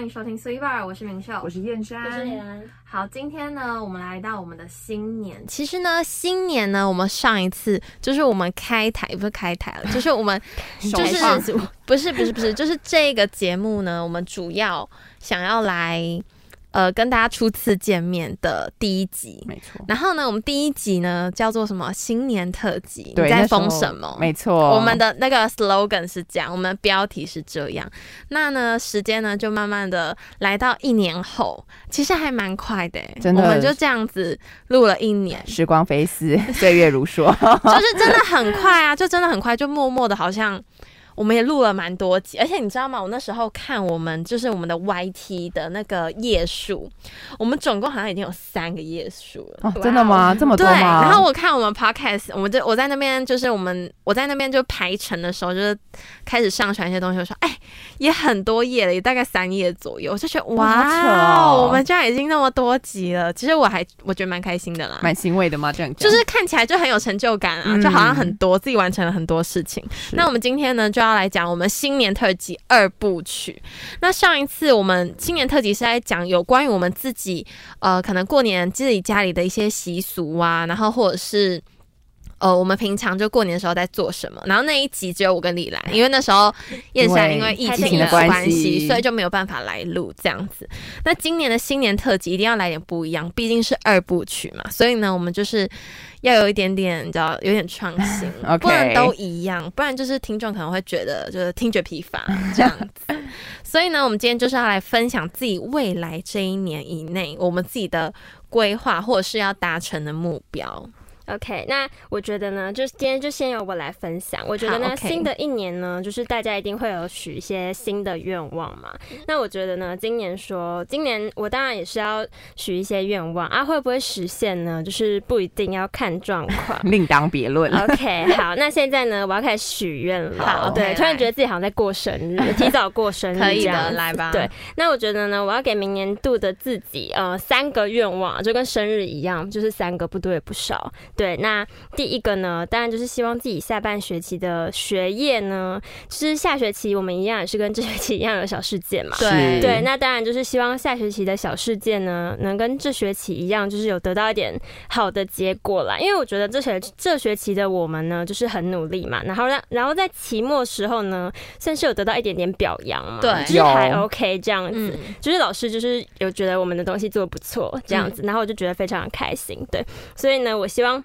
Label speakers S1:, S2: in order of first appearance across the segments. S1: 迎收听 Sweet Bar，我是明秀，
S2: 我是燕山，
S3: 我是李兰。
S1: 好，今天呢，我们来到我们的新年。其实呢，新年呢，我们上一次就是我们开台不是开台了， 就是我们就是不是不是不是，就是这个节目呢，我们主要想要来呃跟大家初次见面的第一集。
S2: 没 错，
S1: 然后呢，我们第一集呢叫做什么？新年特辑，
S2: 对
S1: 你在
S2: 那时候
S1: 封什么？
S2: 没错，
S1: 我们的那个 slogan 是这样，我们的标题是这样。那呢，时间呢就慢慢的来到一年后，其实还蛮快的欸、
S2: 真的，
S1: 我们就这样子录了一年
S2: 时光飞逝，岁月如梭，
S1: 就是真的很快啊，就真的很快，就默默的好像。我们也录了蛮多集，而且你知道吗？我那时候看我们就是我们的 YT 的那个页数，我们总共好像已经有三个页数了。
S2: 哦，真的吗？这么多
S1: 对，
S2: 吗？
S1: 然后我看我们 podcast，我们就我在那边就是我们我在那边就排程的时候，就是开始上传一些东西，我说哎，也很多页了，也大概三页左右，我就觉得
S2: 哇好扯
S1: 哇，
S2: 哦
S1: 我们居然已经那么多集了，其实我还我觉得蛮开心的啦。
S2: 蛮欣慰的嘛，这样讲
S1: 就是看起来就很有成就感啊，
S2: 嗯
S1: 就好像很多自己完成了很多事情。
S2: 是
S1: 那我们今天呢，就要来讲我们新年特辑二部曲。那上一次我们新年特辑是在讲有关于我们自己，呃，可能过年自己家里的一些习俗啊，然后或者是。呃，我们平常就过年的时候在做什么？然后那一集只有我跟李兰，因为那时候燕山因
S2: 因
S1: 为
S2: 为
S1: 疫
S3: 疫
S1: 情
S3: 情
S1: 的
S3: 的
S1: 关
S2: 关
S1: 系，
S2: 系
S1: 所以就没有办法来录这样子。那今年的新年特辑一定要来点不一样，毕竟是二部曲嘛，所以呢，我们就是要有一点点，你知道，有点创新
S2: OK。
S1: 不能都一样，不然就是听众可能会觉得就是听觉疲乏这样子。所以呢，我们今天就是要来分享自己未来这一年以内我们自己的规划或者是要达成的目标。
S3: OK，那我觉得呢，就是今天就先由我来分享。我觉得
S1: 好
S3: 呢，
S1: ，OK
S3: 新的一年呢，就是大家一定会有许一些新的愿望嘛。
S1: 嗯
S3: 那我觉得呢，今年说，今年我当然也是要许一些愿望啊，会不会实现呢？就是不一定要看状 况
S2: 另当别论。
S3: OK，好，那现在呢，我要开始许愿了。
S1: 好来
S3: 对，突然觉得自己好像在过生 日，提早过生
S2: 嗯
S3: 日
S1: 可以
S3: 这样
S1: 的，来吧。
S3: 对，那我觉得呢，我要给明年度的自己呃三个愿望，就跟生日一样，就是三个不多也不少。对，那第一个呢，当然就是希望自己下半学期的学业呢，就是下学期我们一样也是跟这学期一样有小事件嘛。
S1: 对
S2: 是
S3: 对，那当然就是希望下学期的小事件呢，能跟这学期一样，就是有得到一点好的结果啦。因为我觉得这学这学期的我们呢，就是很努力嘛，然后让然后在期末时候呢，算是有得到一点点表扬嘛，
S1: 对
S3: 就是还
S2: 有
S3: OK 这样子。
S1: 嗯，
S3: 就是老师就是有觉得我们的东西做得不错这样子，
S2: 嗯
S3: 然后我就觉得非常开心。对，所以呢，我希望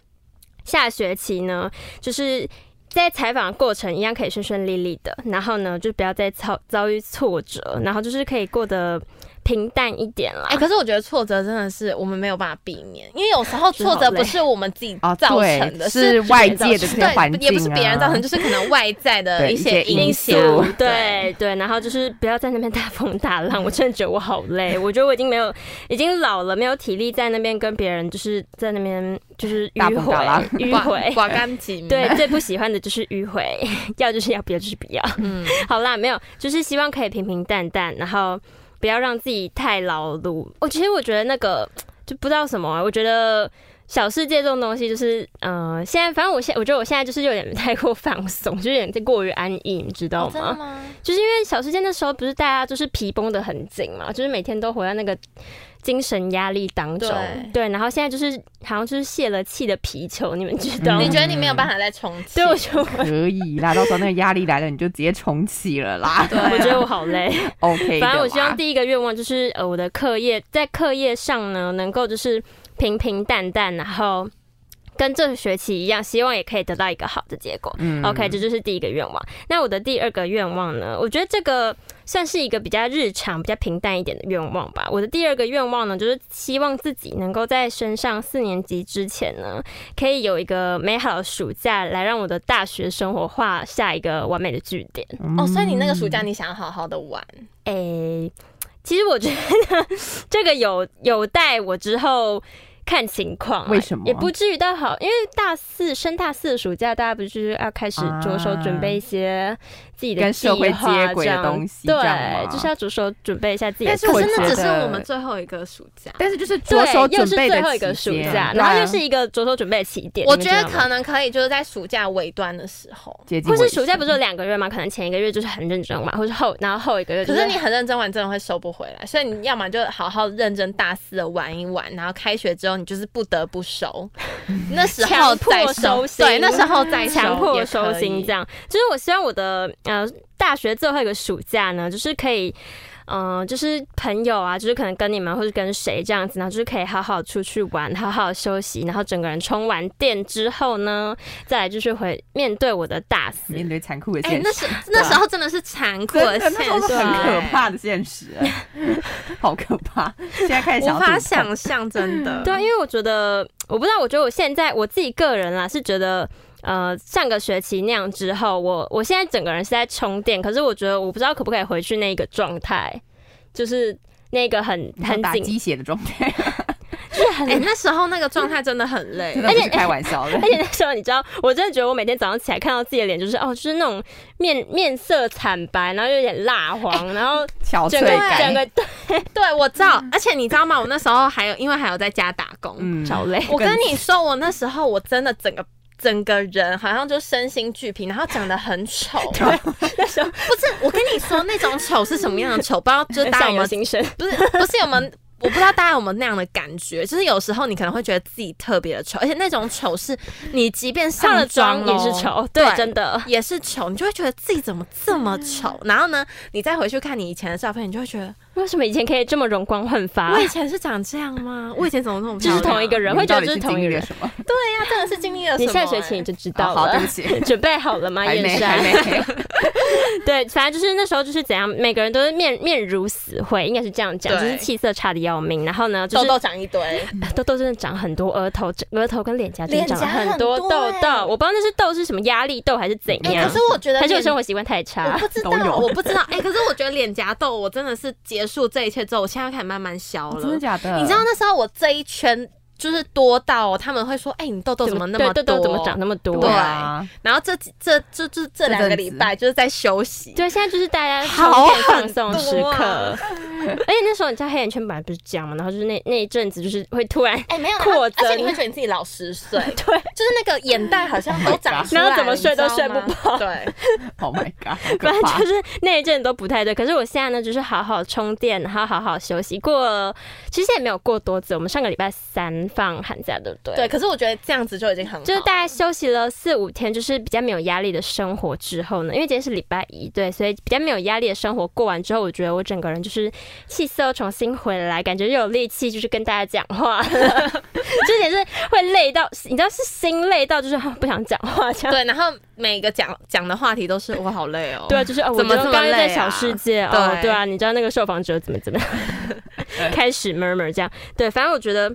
S3: 下学期呢，就是。在采访的过程一样可以顺顺利利的，然后呢，就不要再遭遭遇挫折，然后就是可以过得平淡一点啦。
S1: 哎、可是我觉得挫折真的是我们没有办法避免，因为有时候挫折不是我们自己
S2: 啊，
S1: 造成的，
S2: 对，是外界的这些环
S1: 对，
S2: 境、啊，
S1: 也不是别人造成，就是可能外在的
S2: 对
S1: 一些
S2: 一些因
S1: 影响
S2: 素。
S3: 对对，然后就是不要在那边大风大浪，我真的觉得我好累，我觉得我已经没有，已经老了，没有体力在那边跟别人就是在那边就是
S2: 大
S3: 迂
S2: 风
S3: 回
S2: 大浪
S3: 迂
S1: 寡
S3: 回，
S1: 寡甘 情，
S3: 对，最不喜欢的就是迂回， 要就是要，不要就是不要。
S1: 嗯，
S3: 好啦，没有，就是希望可以平平淡淡，然后不要让自己太劳碌。我其实我觉得那个就不知道什么、啊，我觉得。小世界这种东西，就是呃，现在反正我现我觉得我现在就是有点太过放松，就有点过于安逸，你知道
S1: 哦真的
S3: 吗？
S1: 吗？
S3: 就是因为小世界那时候不是大家就是皮绷得很紧嘛，就是每天都活在那个精神压力当中，对。然后现在就是好像就是泄了气的皮球，你们知道
S1: 嗯
S3: 吗？
S1: 你觉得你没有办法再重启？
S3: 对，我觉得我
S2: 可以啦。到时候那个压力来了，你就直接重启了 啦。
S1: 对啊
S3: 我觉得我好累。
S2: OK，
S3: 反正我
S2: 的
S3: 希望
S2: 啦
S3: 第一个愿望就是，呃，我的课业在课业上呢，能够就是平平淡淡，然后跟这学期一样，希望也可以得到一个好的结果。
S2: 嗯
S3: OK，这就是第一个愿望。那我的第二个愿望呢？我觉得这个算是一个比较日常、比较平淡一点的愿望吧。我的第二个愿望呢，就是希望自己能够在升上四年级之前呢，可以有一个美好的暑假，来让我的大学生活画下一个完美的句点。
S1: 哦，所以你那个暑
S2: 嗯
S1: 假你想要好好的玩，
S3: 诶、其实我觉得这个有有待我之后看情况啊、
S2: 为什么
S3: 也不至于到好，因为大四升大四的暑假，大家不就是要开始着手准备一些自己的
S2: 跟社会
S3: 计划
S2: 接轨的
S3: 这样
S2: 东西这样
S3: 对，
S2: 吗
S3: 就是要着手准备一下自己的
S2: 但
S3: 计
S2: 是
S1: 可
S3: 划。
S2: 我
S1: 是
S2: 觉
S1: 那
S2: 得
S1: 只是我们最后一个暑假。
S2: 但是就是着手
S3: 对，又
S2: 准
S3: 是
S2: 备的
S3: 最后一个
S2: 期
S3: 暑
S2: 间
S3: 假，
S2: 对
S3: 然
S2: 啊
S3: 后又是一个着手准备的起点。
S1: 我
S3: 你
S1: 觉
S3: 们知
S1: 得
S3: 道吗
S1: 可能可以，就是在暑假尾端的时候。
S2: 接近
S3: 或
S2: 尾声，
S3: 是暑假不是有两个月嘛？可能前一个月就是很认真嘛，或是后然后后一个月、就
S1: 可是你很认真玩，真的会收不回来。所以你要么就好好认真大肆的玩一玩，然后开学之后你就是不得不 收，那时候
S3: 强
S1: 再
S3: 迫收心，嗯
S1: 对，那时候再收
S3: 强迫
S1: 也可
S3: 收心
S1: 以
S3: 这样。就是我希望我的呃大学最后一个暑假呢，就是可以。嗯、就是朋友啊，就是可能跟你们或者跟谁这样子，然后就是可以好好出去玩，好好休息，然后整个人充完电之后呢，再来就是回面对我的大四。
S2: 面对残酷的
S1: 哎、
S2: 现
S1: 那
S2: 实，
S1: 时那时候真的是残酷
S2: 真的
S1: 现
S2: 那时候是
S1: 实，
S2: 很可怕的现实，哎 好可怕！现在开始想
S1: 无
S2: 要
S1: 法
S2: 肚子痛
S1: 想象，真的。
S3: 对啊，因为我觉得，我不知道，我觉得我现在我自己个人啦，是觉得，呃，上个学期那样之后，我我现在整个人是在充电，可是我觉得我不知道可不可以回去那个状态，就是那个很
S2: 你说
S3: 很
S2: 打
S3: 紧，
S2: 鸡血的状态，
S3: 就是很。
S1: 哎、那时候那个状态真的很累
S2: 真。的不是开玩笑的
S3: 而。且那时候，你知道，我真的觉得我每天早上起来看到自己的脸，就是哦，就是那种面面色惨白，然后有点蜡黄，然后
S2: 憔悴
S3: 整个整
S2: 感，
S3: 个都
S1: 对， 我知
S3: 嗯
S1: 道，而且你知道吗？我那时候还有，因为还有在家打工。
S2: 嗯
S3: 找累。
S1: 我跟你说，我那时候我真的整个。整个人好像就身心俱疲，然后长得很 丑。对，那时候不是我跟你说那种丑是什么样的丑，不知道就是大家 有
S3: 上
S1: 没
S3: 游
S1: 有
S3: 心生，
S1: 不是不是有没有？我不知道大家有没有那样的感觉，就是有时候你可能会觉得自己特别的丑，而且那种丑是你即便
S3: 上了
S1: 上
S3: 妆也
S1: 咯
S3: 是丑，对，真的。
S1: 也是丑，你就会觉得自己怎么这么丑。然后呢，你再回去看你以前的照片，你就会觉得
S3: 为什么以前可以这么容光焕发？
S1: 我以前是长这样 吗？我以前怎么那么
S3: 啊就
S1: 漂
S3: 是
S1: 亮
S3: 同一个人，会觉
S2: 到
S3: 得
S2: 底
S3: 就是是同
S2: 经
S3: 一个
S2: 历了
S3: 人。
S2: 什 么？哦
S1: 对呀、真的是经历了什
S3: 你
S1: 么、
S3: 下学期你就知道
S2: 好
S3: 了。
S2: 好，对不 起，
S3: 准备好了吗？
S2: 还没还
S3: 燕山
S2: 没，
S3: 对，反正就是那时候就是怎样，每个人都是面面如死灰，应该是这样讲，就
S1: 对
S3: 是气色差的要命。然后呢，就
S1: 痘
S3: 是
S1: 痘长一堆，
S3: 痘痘真的长很多，额头额头跟脸颊真的长了
S1: 脸颊
S3: 很多
S1: 很多
S3: 痘痘
S1: 欸。
S3: 我不知道那是痘是什么压力痘还是怎
S1: 哎、
S3: 样
S1: 可，是我觉得
S3: 还是我
S1: 脸
S3: 生活啊习惯太
S1: 我
S3: 差。
S1: 不知道
S2: 都有，
S1: 我不知道。哎、可是我觉得脸颊痘，我真的是结束这一切之后，我现在开始慢慢消了。
S2: 真的假的？
S1: 你知道那时候我这一圈就是多到他们会说：“哎、你痘痘怎么那么多？”
S3: 对痘痘怎么长那么多？
S1: 对
S2: 啊，
S1: 然后这几这这这这两个礼拜就是在休息，
S3: 对，现在就是大家
S1: 好
S3: 充电放
S1: 很
S3: 松时
S1: 多
S3: 刻，
S1: 啊
S3: 而且那时候你知道黑眼圈本来不是这样嘛，然后就是那那一阵子就是会突然
S1: 哎、没有， 然后
S3: 扩
S1: 而
S3: 增
S1: 且你会觉得你自己老十岁，
S3: 对
S1: 就是那个眼袋好像都长出来了，
S3: 然后怎么睡都睡不
S1: 饱。对，
S2: ，Oh my god，好
S3: 反
S2: 可
S3: 正
S2: 怕
S3: 就！是那一阵都不太对。可是我现在呢，就是好好充电，然后好好休息。过了其实也没有过多久，我们上个礼拜三放寒假，对不对？
S1: 对，。可是我觉得这样子就已经很好，
S3: 就是大概休息了四五天，就是比较没有压力的生活之后呢，因为今天是礼拜一，对，所以比较没有压力的生活过完之后，我觉得我整个人就是气色又重新回来，感觉又有力气，就是跟大家讲话了， 就有点是会累到，你知道是心累到，就是啊不想讲话这样。
S1: 对，然后每个讲讲的话题都是我好累哦，
S3: 对啊，就是哦，我
S1: 怎么
S3: 就
S1: 这么
S3: 刚刚在
S1: 累
S3: 小
S1: 啊
S3: 世界、哦，
S1: 对
S3: 对啊，你知道那个受访者怎么怎么 开始 murmur 这样，对，反正我觉得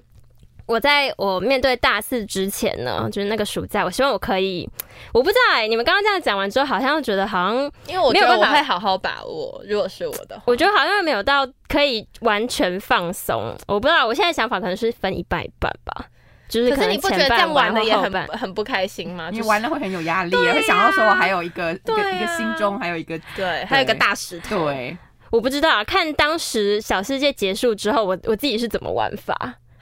S3: 我在我面对大四之前呢，就是那个暑假，我希望我可以，我不知道哎、你们刚刚这样讲完之后，好像觉得好像，
S1: 因为我
S3: 没
S1: 觉
S3: 有
S1: 得
S3: 办
S1: 我
S3: 法
S1: 会好好把握，如果是我的话，
S3: 我觉得好像没有到可以完全放松，我不知道，我现在想法可能是分一半一半吧，就是
S1: 可是
S3: 能
S1: 你不觉
S3: 前
S1: 得这
S3: 半
S1: 样玩
S3: 完
S1: 的
S3: 后
S1: 也
S3: 后
S1: 很
S3: 半
S1: 不很不开心吗？
S2: 你
S1: 就是
S2: 玩了会很有压力，会想到说我还有一个一
S1: 对
S2: 个
S1: 啊
S2: 一个心中还有一 个
S1: 对，还有一个大石头，
S2: 对，
S3: 我不知道啊，看当时小世界结束之后，我我自己是怎么玩法，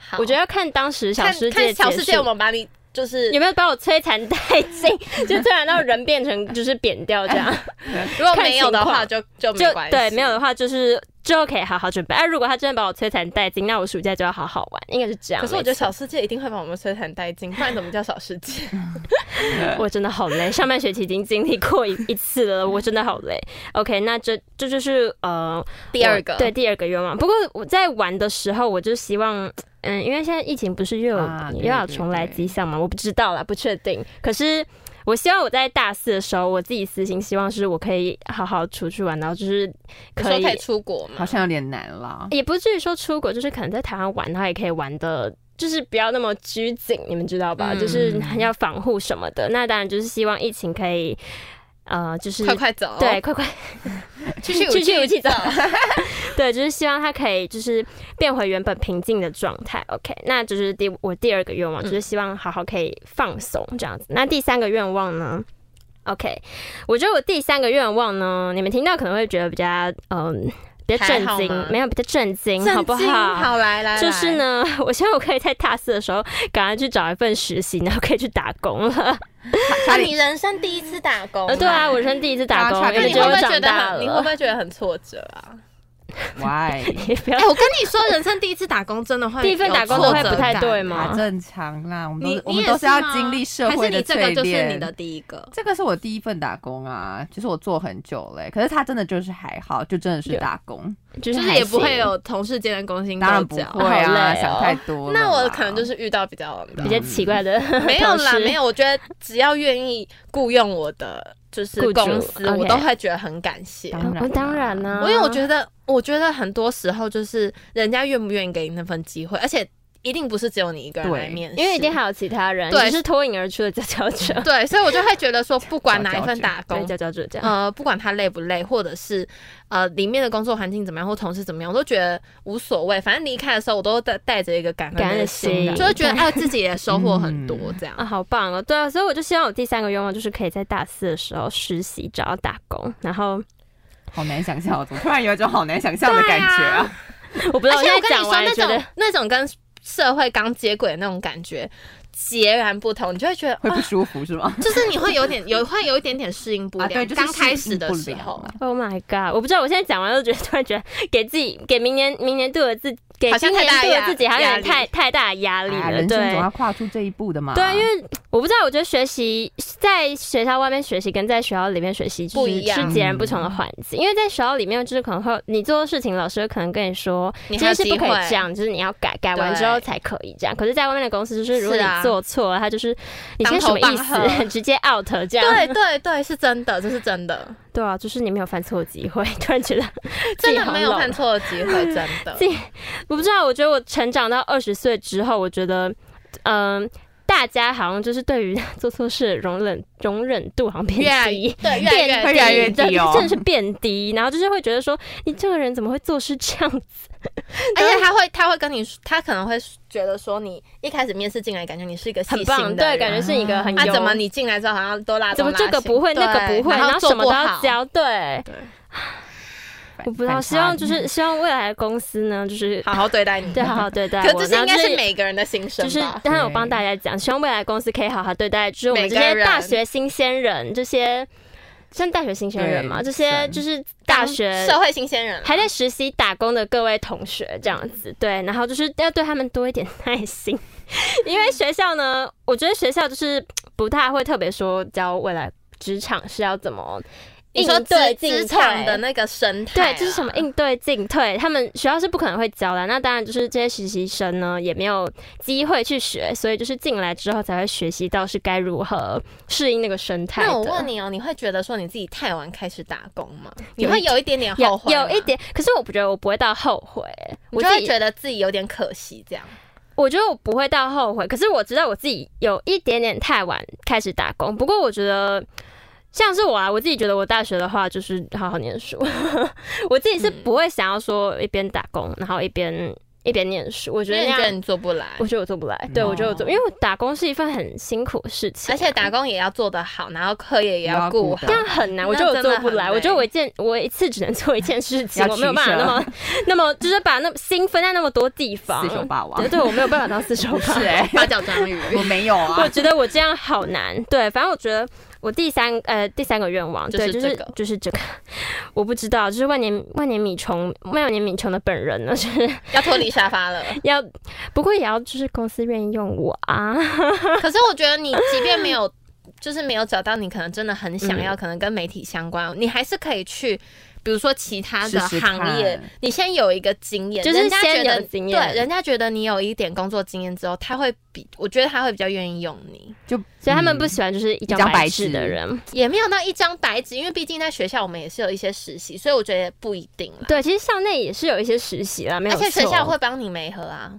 S1: 好
S3: 我觉得要看当时小
S1: 看
S3: 世界
S1: 看小
S3: 结
S1: 世
S3: 束
S1: 界，我们把你就是
S3: 有没有把我摧残殆尽？就摧残到人变成就是扁掉这样，
S1: 如果没有的话
S3: 看
S1: 就就哎没
S3: 就
S1: 关系，
S3: 对，没有的话就是之后可以好好准备。哎，如果他真的把我摧残殆尽，那我暑假就要好好玩，应该是这样。
S1: 可是我觉得
S3: 没
S1: 小世界一定会把我们摧残殆尽，不然怎么叫小世界？
S3: 错 我真的好累，上半学期已经经历过一一次了，我真的好累。OK，那这这就是呃
S1: 第二个
S3: 我对第二个愿望。不过我在玩的时候，我就希望。嗯，因为现在疫情不是又有、
S2: 啊对
S3: 又要重来迹象嘛，我不知道啦，不确定。可是我希望我在大四的时候，我自己私心希望是我可以好好出去玩，然后就是
S1: 你
S3: 可
S1: 说
S3: 以
S1: 可以出国嘛
S2: 好？像有点难了。
S3: 也不至于说出国，就是可能在台湾玩，然后也可以玩的，就是不要那么拘谨，你们知道吧？
S1: 嗯
S3: 就是很要防护什么的。那当然就是希望疫情可以，呃，就是
S1: 快快哦走，
S3: 对，快 快
S1: 去去
S3: 去去武
S1: 武
S3: 器
S1: 器
S3: 走
S1: 走。
S3: 对，就是希望它可以就是变回原本平静的状态。OK，那就是
S1: 嗯
S3: 第我第二个愿望，就是希望好好可以放松这样子。那第三个愿望呢？ OK，我觉得我第三个愿望呢，你们听到可能会觉得比较嗯、比较
S1: 还
S3: 震
S1: 好吗
S3: 惊，没有比较震惊，好不
S1: 震惊好来来，
S3: 就是
S1: 来，
S3: 呢， 我希望我可以在大四的时候赶快去找一份实习，然后可以去打工了。哎
S1: 那你人生第一次打工
S3: 呃，
S1: 啊，
S3: 对啊，我人生第一次打工，
S2: 那
S1: 那
S3: 因为
S1: 你
S3: 觉
S1: 会不
S3: 得我
S1: 会觉
S3: 长
S1: 得
S3: 大
S1: 很？你会不
S3: 了。
S1: 会觉得很挫折啊？
S2: ，why？
S3: 你不要
S1: 哎、我跟你说，人生第一次打工真的会
S3: 第一份
S1: 有
S3: 打工
S1: 挫
S3: 都会
S1: 折
S3: 不太
S1: 感
S3: 对
S1: 啊
S3: 吗
S2: 啊，正常啦，我们
S1: 你
S2: 都我
S1: 你
S2: 们
S1: 也
S2: 都
S1: 是
S2: 要
S1: 吗
S2: 经历社
S1: 还
S2: 会
S1: 是你这个
S2: 淬
S1: 就是你
S2: 炼
S1: 的。第一个，
S2: 这个是我第一份打工啊，就是我做很久嘞、可是它真的就是还好，就真的是打工，
S1: 就
S3: 就
S1: 是是
S3: 还
S1: 也不
S3: 行
S1: 会有同事间的勾心斗
S2: 当然不
S1: 角。
S2: 会
S3: 好
S2: 啊，
S3: 累哦
S2: 想太多了啦。
S1: 那我可能就是遇到比较
S3: 比较
S2: 嗯
S3: 奇怪的同事，
S1: 没有啦，没有。我觉得只要愿意雇佣我的就是
S3: 雇主
S1: 公司，我
S3: OK
S1: 都会觉得很感谢。
S2: 当
S3: 哦。
S2: 然啦
S3: 当然呢、
S1: 因为我觉得，我觉得很多时候就是人家愿不愿意给你那份机会，而且一定不是只有你一个人
S2: 对
S1: 来面试，
S3: 因为一定还有其他人，
S1: 对
S3: 只是脱颖而出的佼佼 者，
S1: 对，所以我就会觉得说，不管哪一份
S2: 佼佼者
S1: 打
S3: 对
S1: 工，
S3: 佼佼者这样。
S1: 呃，不管他累不累，或者是呃里面的工作环境怎么样，或同事怎么样，我都觉得无所谓。反正离开的时候，我都带带着一个感恩
S3: 感恩
S1: 的
S3: 的
S1: 心啊，
S3: 心
S1: 就会觉得哎，自己也收获很
S2: 嗯
S1: 多这样
S3: 啊，。好棒哦！对啊，所以我就希望我第三个愿望就是可以在大四的时候实习找到打工，然后
S2: 好难想象哦，怎么突然有一种好难想象的感 觉啊？
S3: 我不知道
S1: 而且我
S3: 现在
S1: 跟你
S3: 讲
S1: 说，
S3: 完
S1: 那
S3: 也觉得
S1: 种那种跟社会刚接轨的那种感觉截然不同，你就会觉得
S2: 会
S1: 啊
S2: 不，舒服是 吗？
S1: 就是你会有点有会有一点点适应不
S2: 啊，
S1: 良。
S2: 对，就是
S1: 刚开
S2: 适
S1: 始
S2: 应
S1: 的
S2: 不
S1: 时
S2: 了
S1: 候
S2: 啦。
S3: Oh my god！我不知道，我现在讲完就觉得突然觉得给自己给明年明年度的自己给
S1: 好像
S3: 今
S1: 太
S3: 年
S1: 大
S3: 度
S1: 压
S3: 的自己好像有点
S1: 压
S3: 太太大的压力
S2: 啊，
S3: 了，
S2: 人生总
S3: 对
S2: 要。跨出这一步的嘛。
S3: 对，因为我不知道，我觉得学习在学校外面学习跟在学校里面学习就是
S1: 不一样嗯
S3: 是截然不同的环境。因为在学校里面，就是可能会有你做的事情，老师可能跟你说
S1: 你
S3: 这
S1: 还有
S3: 件事
S1: 机
S3: 不可
S1: 会
S3: 以这样，就是你要改，改完之后
S1: 对
S3: 才可以这样。可是，在外面的公司，就是如果
S1: 是
S3: 你
S1: 啊
S3: 做错了，他就是你
S1: 当
S3: 现在什
S1: 头
S3: 么
S1: 棒
S3: 意
S1: 喝
S3: 思， 直接 out 这样。
S1: 对对对，是真的，这是真 的，
S3: 对啊，就是你没有犯错的机会。 突然觉得自
S1: 真
S3: 己
S1: 的
S3: 好
S1: 没有
S3: 老
S1: 犯错的机会，真的
S3: 自。己我不知道，我觉得我成长到二十岁之后，我觉得，嗯、大家好像就是对于 做错事的容忍容忍度好像变
S1: 越来
S3: 低，
S1: 对，越来
S3: 变
S1: 越
S2: 会越来越低
S3: 真的
S2: 哦
S3: 真的是变低，然后就是会觉得说，你这个人怎么会做事这样子？
S1: 而且他会，他会跟你说，他可能会觉得说，你一开始面试进来，感觉你是一个细
S3: 很
S1: 心的
S3: 棒，对，
S1: 人
S3: 感觉是一个很
S1: 啊，
S3: 有
S1: 怎么你进来之后好像都拉
S3: 怎
S1: 东
S3: 么
S1: 拉
S3: 这个
S1: 西
S3: 不会，那
S1: 对
S3: 个不会，
S1: 然
S3: 然
S1: 后
S3: 后
S1: 做
S3: 什么
S1: 不
S3: 都
S1: 好
S3: 要。教，对。
S1: 对，嗯
S2: 反
S3: 我不知道，
S2: 反
S3: 希望
S2: 差
S3: 就是希望未来的公司呢，就是
S1: 好好对待你。
S3: 对好好对待
S1: 可
S3: 我，
S1: 这是
S3: 然
S1: 应
S3: 后
S1: 该
S3: 就是
S1: 每个人的心声
S3: 就是
S1: 吧？
S3: 刚才我帮大家讲，希望未来公司可以好好对待，就是我们这
S1: 每个
S3: 些
S1: 人
S3: 大学新鲜人，这些像大学新鲜人嘛，
S2: 对
S3: 这些
S2: 算
S3: 就是大学
S1: 社会新鲜人啊
S3: 还在实习打工的各位同学这样子，对，然后就是要对他们多一点耐心， 因为学校呢，我觉得学校就是不太会特别说教未来职场是要怎么
S1: 你
S3: 应
S1: 说职
S3: 对
S1: 职
S3: 进
S1: 场
S3: 退
S1: 的。那个生态啊，
S3: 对，就是什么应对进退，他们学校是不可能会教的。那当然，就是这些实习生呢，也没有机会去学，所以就是进来之后才会学习到是该如何适应那个生态的。
S1: 那我问你哦，你会觉得说你自己太晚开始打工吗？你
S3: 有
S1: 会
S3: 一
S1: 有一点点后
S3: 有
S1: 悔吗
S3: 有一，点，可是我不觉得我不会到后悔，
S1: 我
S3: 我
S1: 就
S3: 自
S1: 会
S3: 己
S1: 觉得自己有点可惜这样。
S3: 我觉得我不会到后悔，可是我知道我自己有一点点太晚开始打工。不过我觉得，像是我啊，我自己觉得我大学的话就是好好念书， 我自己
S1: 嗯
S3: 是不会想要说一边打工，然后一边一边念书。我觉
S1: 因
S3: 得
S1: 为
S3: 那
S1: 你觉得
S3: 样，
S1: 你做不来，嗯
S3: 我觉得我做不来。对，我觉得我
S1: 哦
S3: 做，因为我打工是一份很辛苦的事情
S1: 而
S3: 啊，
S1: 且打工也要做得好，然后课业也要
S2: 要
S1: 顾
S2: 顾
S1: 好
S2: 得。
S3: 但很难，我
S1: 那
S3: 觉得
S1: 真
S3: 我
S1: 的
S3: 做不
S1: 很
S3: 来。
S1: 累
S3: 我觉得我一件，我一次只能做一件事情，
S2: 要
S3: 我没有
S2: 取
S3: 办法
S2: 舍
S3: 那么那么就是把那心分在那么多地方
S2: 嗯四。手霸王
S3: 对，对，我没有办法当四手 八
S2: 是哎、
S1: 八角章鱼，
S2: 我没有
S3: 我
S2: 啊，
S3: 觉得我这样好难。对，反正我觉得我第三呃第三个愿望，
S1: 就是
S3: 对，就是
S1: 这个
S3: 就是这个， 我不知道，就是万年万年米虫万年米虫的本人呢，就是
S1: 要脱离沙发了。
S3: 要，不过也要就是公司愿意用我啊，
S1: 可是我觉得你即便没有，就是没有找到你可能真的很想要，可能跟媒体相关，哦你还是可以去，比如说其他的
S2: 试试
S1: 行业
S2: 看，
S1: 你先有一个经验，
S3: 就是
S1: 人家觉
S3: 先
S1: 得
S3: 有经验
S1: 对，人家觉得你有一点工作经验之后，他会比，我觉得他会比较愿意用你，
S2: 就
S3: 所以他们
S2: 嗯
S3: 不喜欢就是一张
S2: 张
S3: 白
S2: 白
S3: 纸
S2: 纸
S3: 的人。
S1: 也没有到一张白纸，因为毕竟在学校我们也是有一些实习，所以我觉得也不一定了。
S3: 对，其实校内也是有一些实习啦，没有
S1: 而
S3: 错。
S1: 且学校会帮你媒合啊，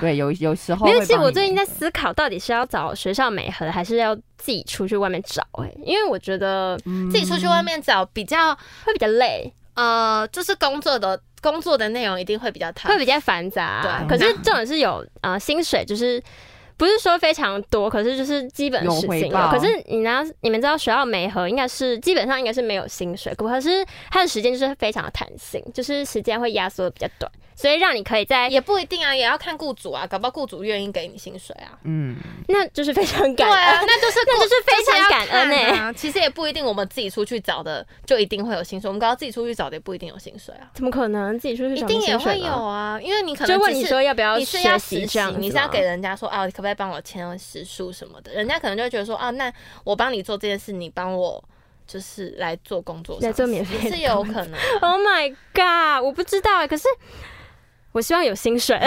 S2: 对，有有时候
S3: 没有，
S2: 会
S3: 其实
S2: 帮
S3: 我
S2: 你
S3: 最近在
S2: 那个
S3: 思考，到底是要找学校美合，还是要自己出去外面找、欸？因为我觉得
S2: 嗯
S1: 自己出去外面找比较
S3: 会比较累，
S1: 呃，就是工作的工作的内容一定会比较 tough
S3: 啊会比较繁杂。
S1: 对
S3: 可是这种是有呃薪水，就是不是说非常多，可是就是基本
S2: 有
S3: 事
S2: 回
S3: 情
S2: 报
S3: 可是你拿你们知道学校美和应该是基本上应该是没有薪水，可是它的时间就是非常的弹性，就是时间会压缩的比较短，所以让你可以在
S1: 也不一定啊，也要看雇主啊，搞不好雇主愿意给你薪水啊。
S2: 嗯，
S3: 那就是非常
S1: 对
S3: 感
S1: 啊，
S3: 恩。
S1: 那就是
S3: 那
S1: 雇
S3: 就是非常感恩
S1: 就是要
S3: 欸
S1: 看啊其实也不一定，我们自己出去找的就一定会有薪水，我们刚刚自己出去找的也不一定有薪水啊，
S3: 怎么可能自己出去
S1: 一
S3: 找
S1: 定也
S3: 薪水
S1: 会有
S3: 吗？
S1: 啊，因为你可能
S3: 就问
S1: 只
S3: 你
S1: 是
S3: 说要不要
S1: 你是要实
S3: 学
S1: 习
S3: 习这样，，
S1: 你是要给人家说啊，可不可以帮我签时数什么的？人家可能就会觉得说啊，那我帮你做这件事，你帮我就是来做工作上的事，
S3: 来做免费的
S1: 也是有可能啊、
S3: Oh my god！我不知道，欸可是我希望有薪 水，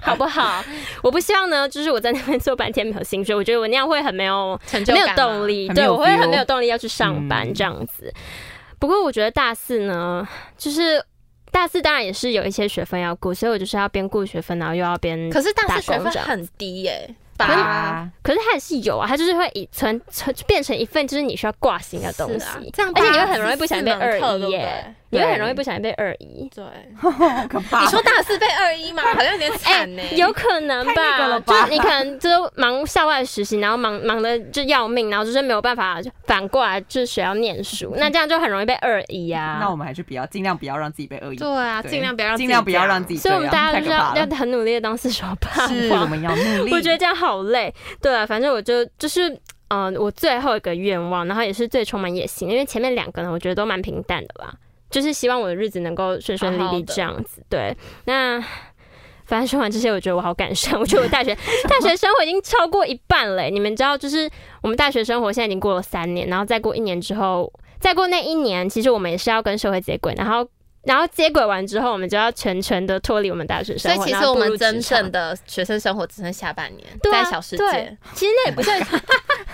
S3: 好不好？我不希望呢，就是我在那边做半天没有薪水，我觉得我那样会很没有
S1: 成就
S3: 没
S1: 感
S3: 有
S1: 啊
S3: 动力，
S2: 很没
S3: 对
S2: 有
S3: 我会
S2: feel
S3: 很没有动力要去上班
S2: 嗯
S3: 这样子。不过我觉得大四呢，就是大四当然也是有一些学分要顾，所以我就是要边顾学分，然后又要边
S1: 可是大
S3: 打
S1: 四学
S3: 工
S1: 分
S3: 这样
S1: 很低耶、八
S2: 好啊，
S3: 可是它也是有啊，它就是会以存存变成一份就是你需要挂心的东西，
S1: 是啊这样
S3: 而且你会
S1: 八
S3: 很容易不小心被
S1: 四门
S3: 二
S1: 课
S3: 一耶，你
S2: 对不对
S3: 会很容易不小心被二一。
S1: 对，
S2: 好可怕。
S1: 你说大四被二一吗？好像有点
S3: 哎、
S1: 惨呢、
S3: 有可能
S2: 太那个了吧
S3: 吧？就是你可能就是忙校外实习，然后忙忙的就要命，然后就是没有办法就反过来就是学要念书，那这样就很容易被二一啊。
S2: 那我们还是不要，尽量不要让自己被恶意。
S1: 对啊，
S2: 对
S1: 尽量不要让
S2: 尽量不要让
S1: 自
S2: 自
S1: 己
S2: 己这
S3: 所以
S2: 样，
S3: 我们大家
S2: 太
S3: 就
S2: 可
S3: 是
S2: 怕
S3: 要要
S2: 了。
S3: 很努力的当四手 霸
S2: 是，我
S3: 王。
S2: 们要努力。
S3: 我觉得这样好累，对啊，反正我就就是嗯、呃我最后一个愿望，然后也是最充满野心，因为前面两个呢，我觉得都蛮平淡的啦，就是希望我的日子能够顺顺利
S1: 好好
S3: 利
S1: 的
S3: 这样子。对，那反正说完这些，我觉得我好感伤，我觉得我大学 大学生活已经超过一半嘞。你们知道，就是我们大学生活现在已经过了三年，然后再过一年之后，再过那一年，其实我们也是要跟社会接轨，然后。然后接轨完之后，我们就要全全的脱离我们大学
S1: 所
S3: 生
S1: 以
S3: 活，
S1: 其
S3: 然
S1: 实
S3: 后
S1: 我
S3: 步
S1: 们
S3: 入
S1: 真
S3: 职场
S1: 正的学生生活只剩下半年，
S3: 对啊
S1: 在小世
S3: 对
S1: 界。
S3: 其实那也不算，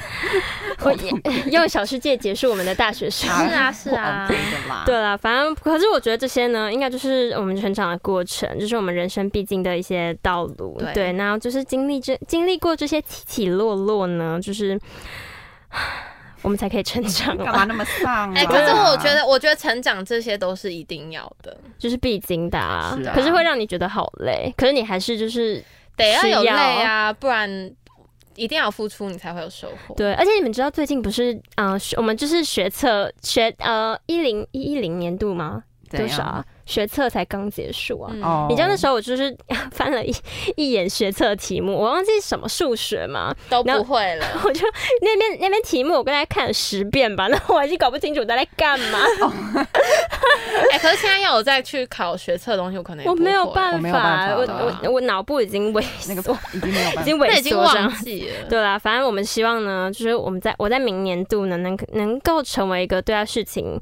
S3: 我也用小世界结束我们的大学生。
S1: 是啊是啊
S2: 不安慰的啦。
S3: 对啦，反正可是我觉得这些呢，应该就是我们成长的过程，就是我们人生必经的一些道路。
S1: 对
S3: 对，然后就是经历这经历过这些起起落落呢，就是 唉我们才可以成长
S2: 干嘛
S3: 嘛，
S2: 那么丧啊？
S1: 哎、可是我觉得，我觉得成长这些都是一定要的，
S3: 就是必经的、啊
S2: 是啊
S3: 可是会让你觉得好累，可是你还是就是
S1: 得要
S3: 是
S1: 有累
S3: 要
S1: 啊，不然一定要付出，你才会有收获。
S3: 对，而且你们知道最近不是嗯、呃学我们就是学测学呃一零一一零年度吗？
S2: 怎
S3: 多
S2: 样
S3: 少啊？学测才刚结束啊。
S1: 嗯，
S2: 哦，
S3: 你知道那时候我就是 翻了一一眼学测题目，我忘记是什么数学嘛，
S1: 都
S3: 然
S1: 不
S3: 后
S1: 会了。
S3: 我就那边那边题目我跟大家看了十遍吧，那我还是搞不清楚我在干嘛，
S1: 哎、可是现在要我再去考学测的东西，我可能也
S3: 我
S1: 哎不会
S3: 没有办
S2: 我没有办
S3: 法，
S2: 法
S3: 我
S2: 的
S3: 我我脑部已经萎
S2: 那
S3: 缩
S2: 个，已经没有办
S3: 已
S2: 法
S3: 经，
S1: 那
S3: 萎
S1: 已经
S3: 缩这样
S1: 忘。记了。
S3: 对啦，啊反正我们希望呢，就是我们在我在明年度呢，能能够成为一个对待事情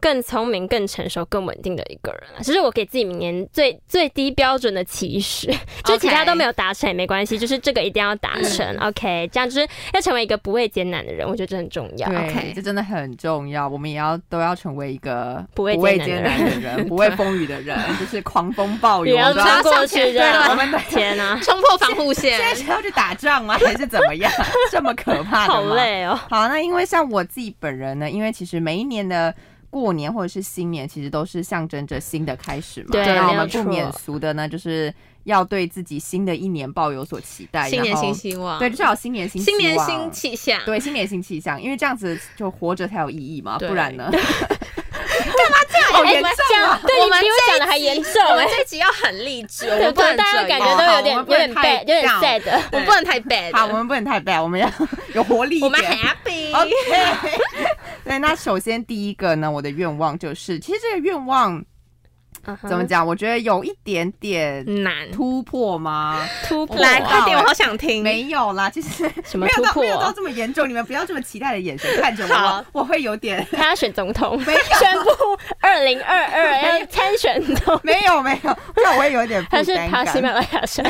S3: 更聪明、更成熟、更稳定的一个人啊。其实我给自己明年最最低标准的期许，就其他
S1: OK
S3: 都没有达成也没关系，就是这个一定要达成。OK，这样 就是要成为一个不畏艰难的人，我觉得这很重要。
S1: OK
S2: 对，这真的很重要。我们也要都要成为一个
S3: 不畏艰
S2: 艰
S3: 难
S2: 难的人， 不畏风雨的人，就是狂风暴雨，
S3: 也
S2: 我
S3: 要
S2: 们都要
S3: 穿过去
S1: 对
S2: 我
S3: 这样。
S2: 们的
S3: 天哪、
S1: 冲破防护线
S2: 现，在是要去打仗吗？还是怎么样？ 这么可怕的吗？
S3: 好累哦。
S2: 好，那因为像我自己本人呢，因为其实每一年的。过年或者是新年，其实都是象征着新的开始嘛。
S3: 对
S2: 那我
S3: 没有
S2: 们不
S3: 错
S2: 免俗的呢，就是要对自己新的一年抱有所期待，
S1: 新年
S2: 然后
S1: 新希望，
S2: 哎对，至少新年新
S1: 新年
S2: 希望
S1: 新气象。
S2: 对，新年新气象，因为这样子就活着才有意义嘛，
S1: 对
S2: 不然呢？
S1: 好
S3: 哎
S1: 严重
S2: 啊
S3: 这样对
S1: 我
S3: 你
S1: 们
S3: 比我
S1: 这
S3: 讲的还
S1: 一
S3: 严
S1: 集
S3: 重
S1: 我们
S3: 哎
S1: 这一集要很励志，我
S3: 对
S1: 们不
S3: 对，
S1: 能
S3: 大家
S1: 这
S3: 感
S1: 样
S3: 觉都有
S2: 好
S3: 点
S2: 我
S3: 有
S2: 们不能
S3: 点 bad，
S2: 太
S3: 有点
S2: down
S3: sad。
S1: 我们不能太 bad。
S2: 好，我们不能太 bad，我们要 有活力
S1: 我
S2: 一
S1: 们
S2: 点。
S3: 哦
S1: happy，
S2: OK，对， 那首先第一个呢，我的愿望就是，其实这个愿望
S3: 嗯哼
S2: 怎么讲？我觉得有一点点
S1: 难
S2: 突破 吗？
S3: 突破？
S1: 来，快点，
S2: 哇
S1: 我好想听。
S2: 没有啦，其实
S3: 什 么
S2: 没有
S3: 突
S2: 到
S3: 破啊
S2: 没有到这么严重，你们不要这么期待的眼神看着
S1: 好
S2: 我，我我会有点，
S3: 他要选总统，宣布二零二 二要参选总
S2: 没有没有，那我会有点负
S3: 他
S2: 担
S3: 是
S2: 感。
S3: 爬喜马拉雅山。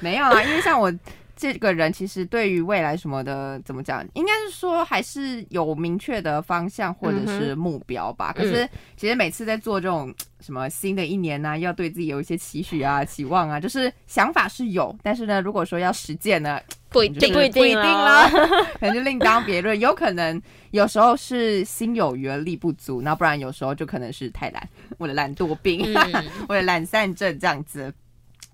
S2: 没有啦，因为像我这个人，其实对于未来什么的，怎么讲，应该是说还是有明确的方向或者
S3: 嗯
S2: 是目标吧。可是其实每次在做这种什么新的一年呢、啊要对自己有一些期许啊、期望啊，就是想法是有，但是呢，如果说要实践呢，
S1: 不一
S2: 就
S1: 定
S2: 是
S3: 就不一定
S2: 不一定啦，
S3: 了
S2: 可能就另当别论。有可能有时候是心有余而力不足，那不然 有时候就可能是太懒，我的懒惰病。
S1: 嗯
S2: 我的懒散症这样子。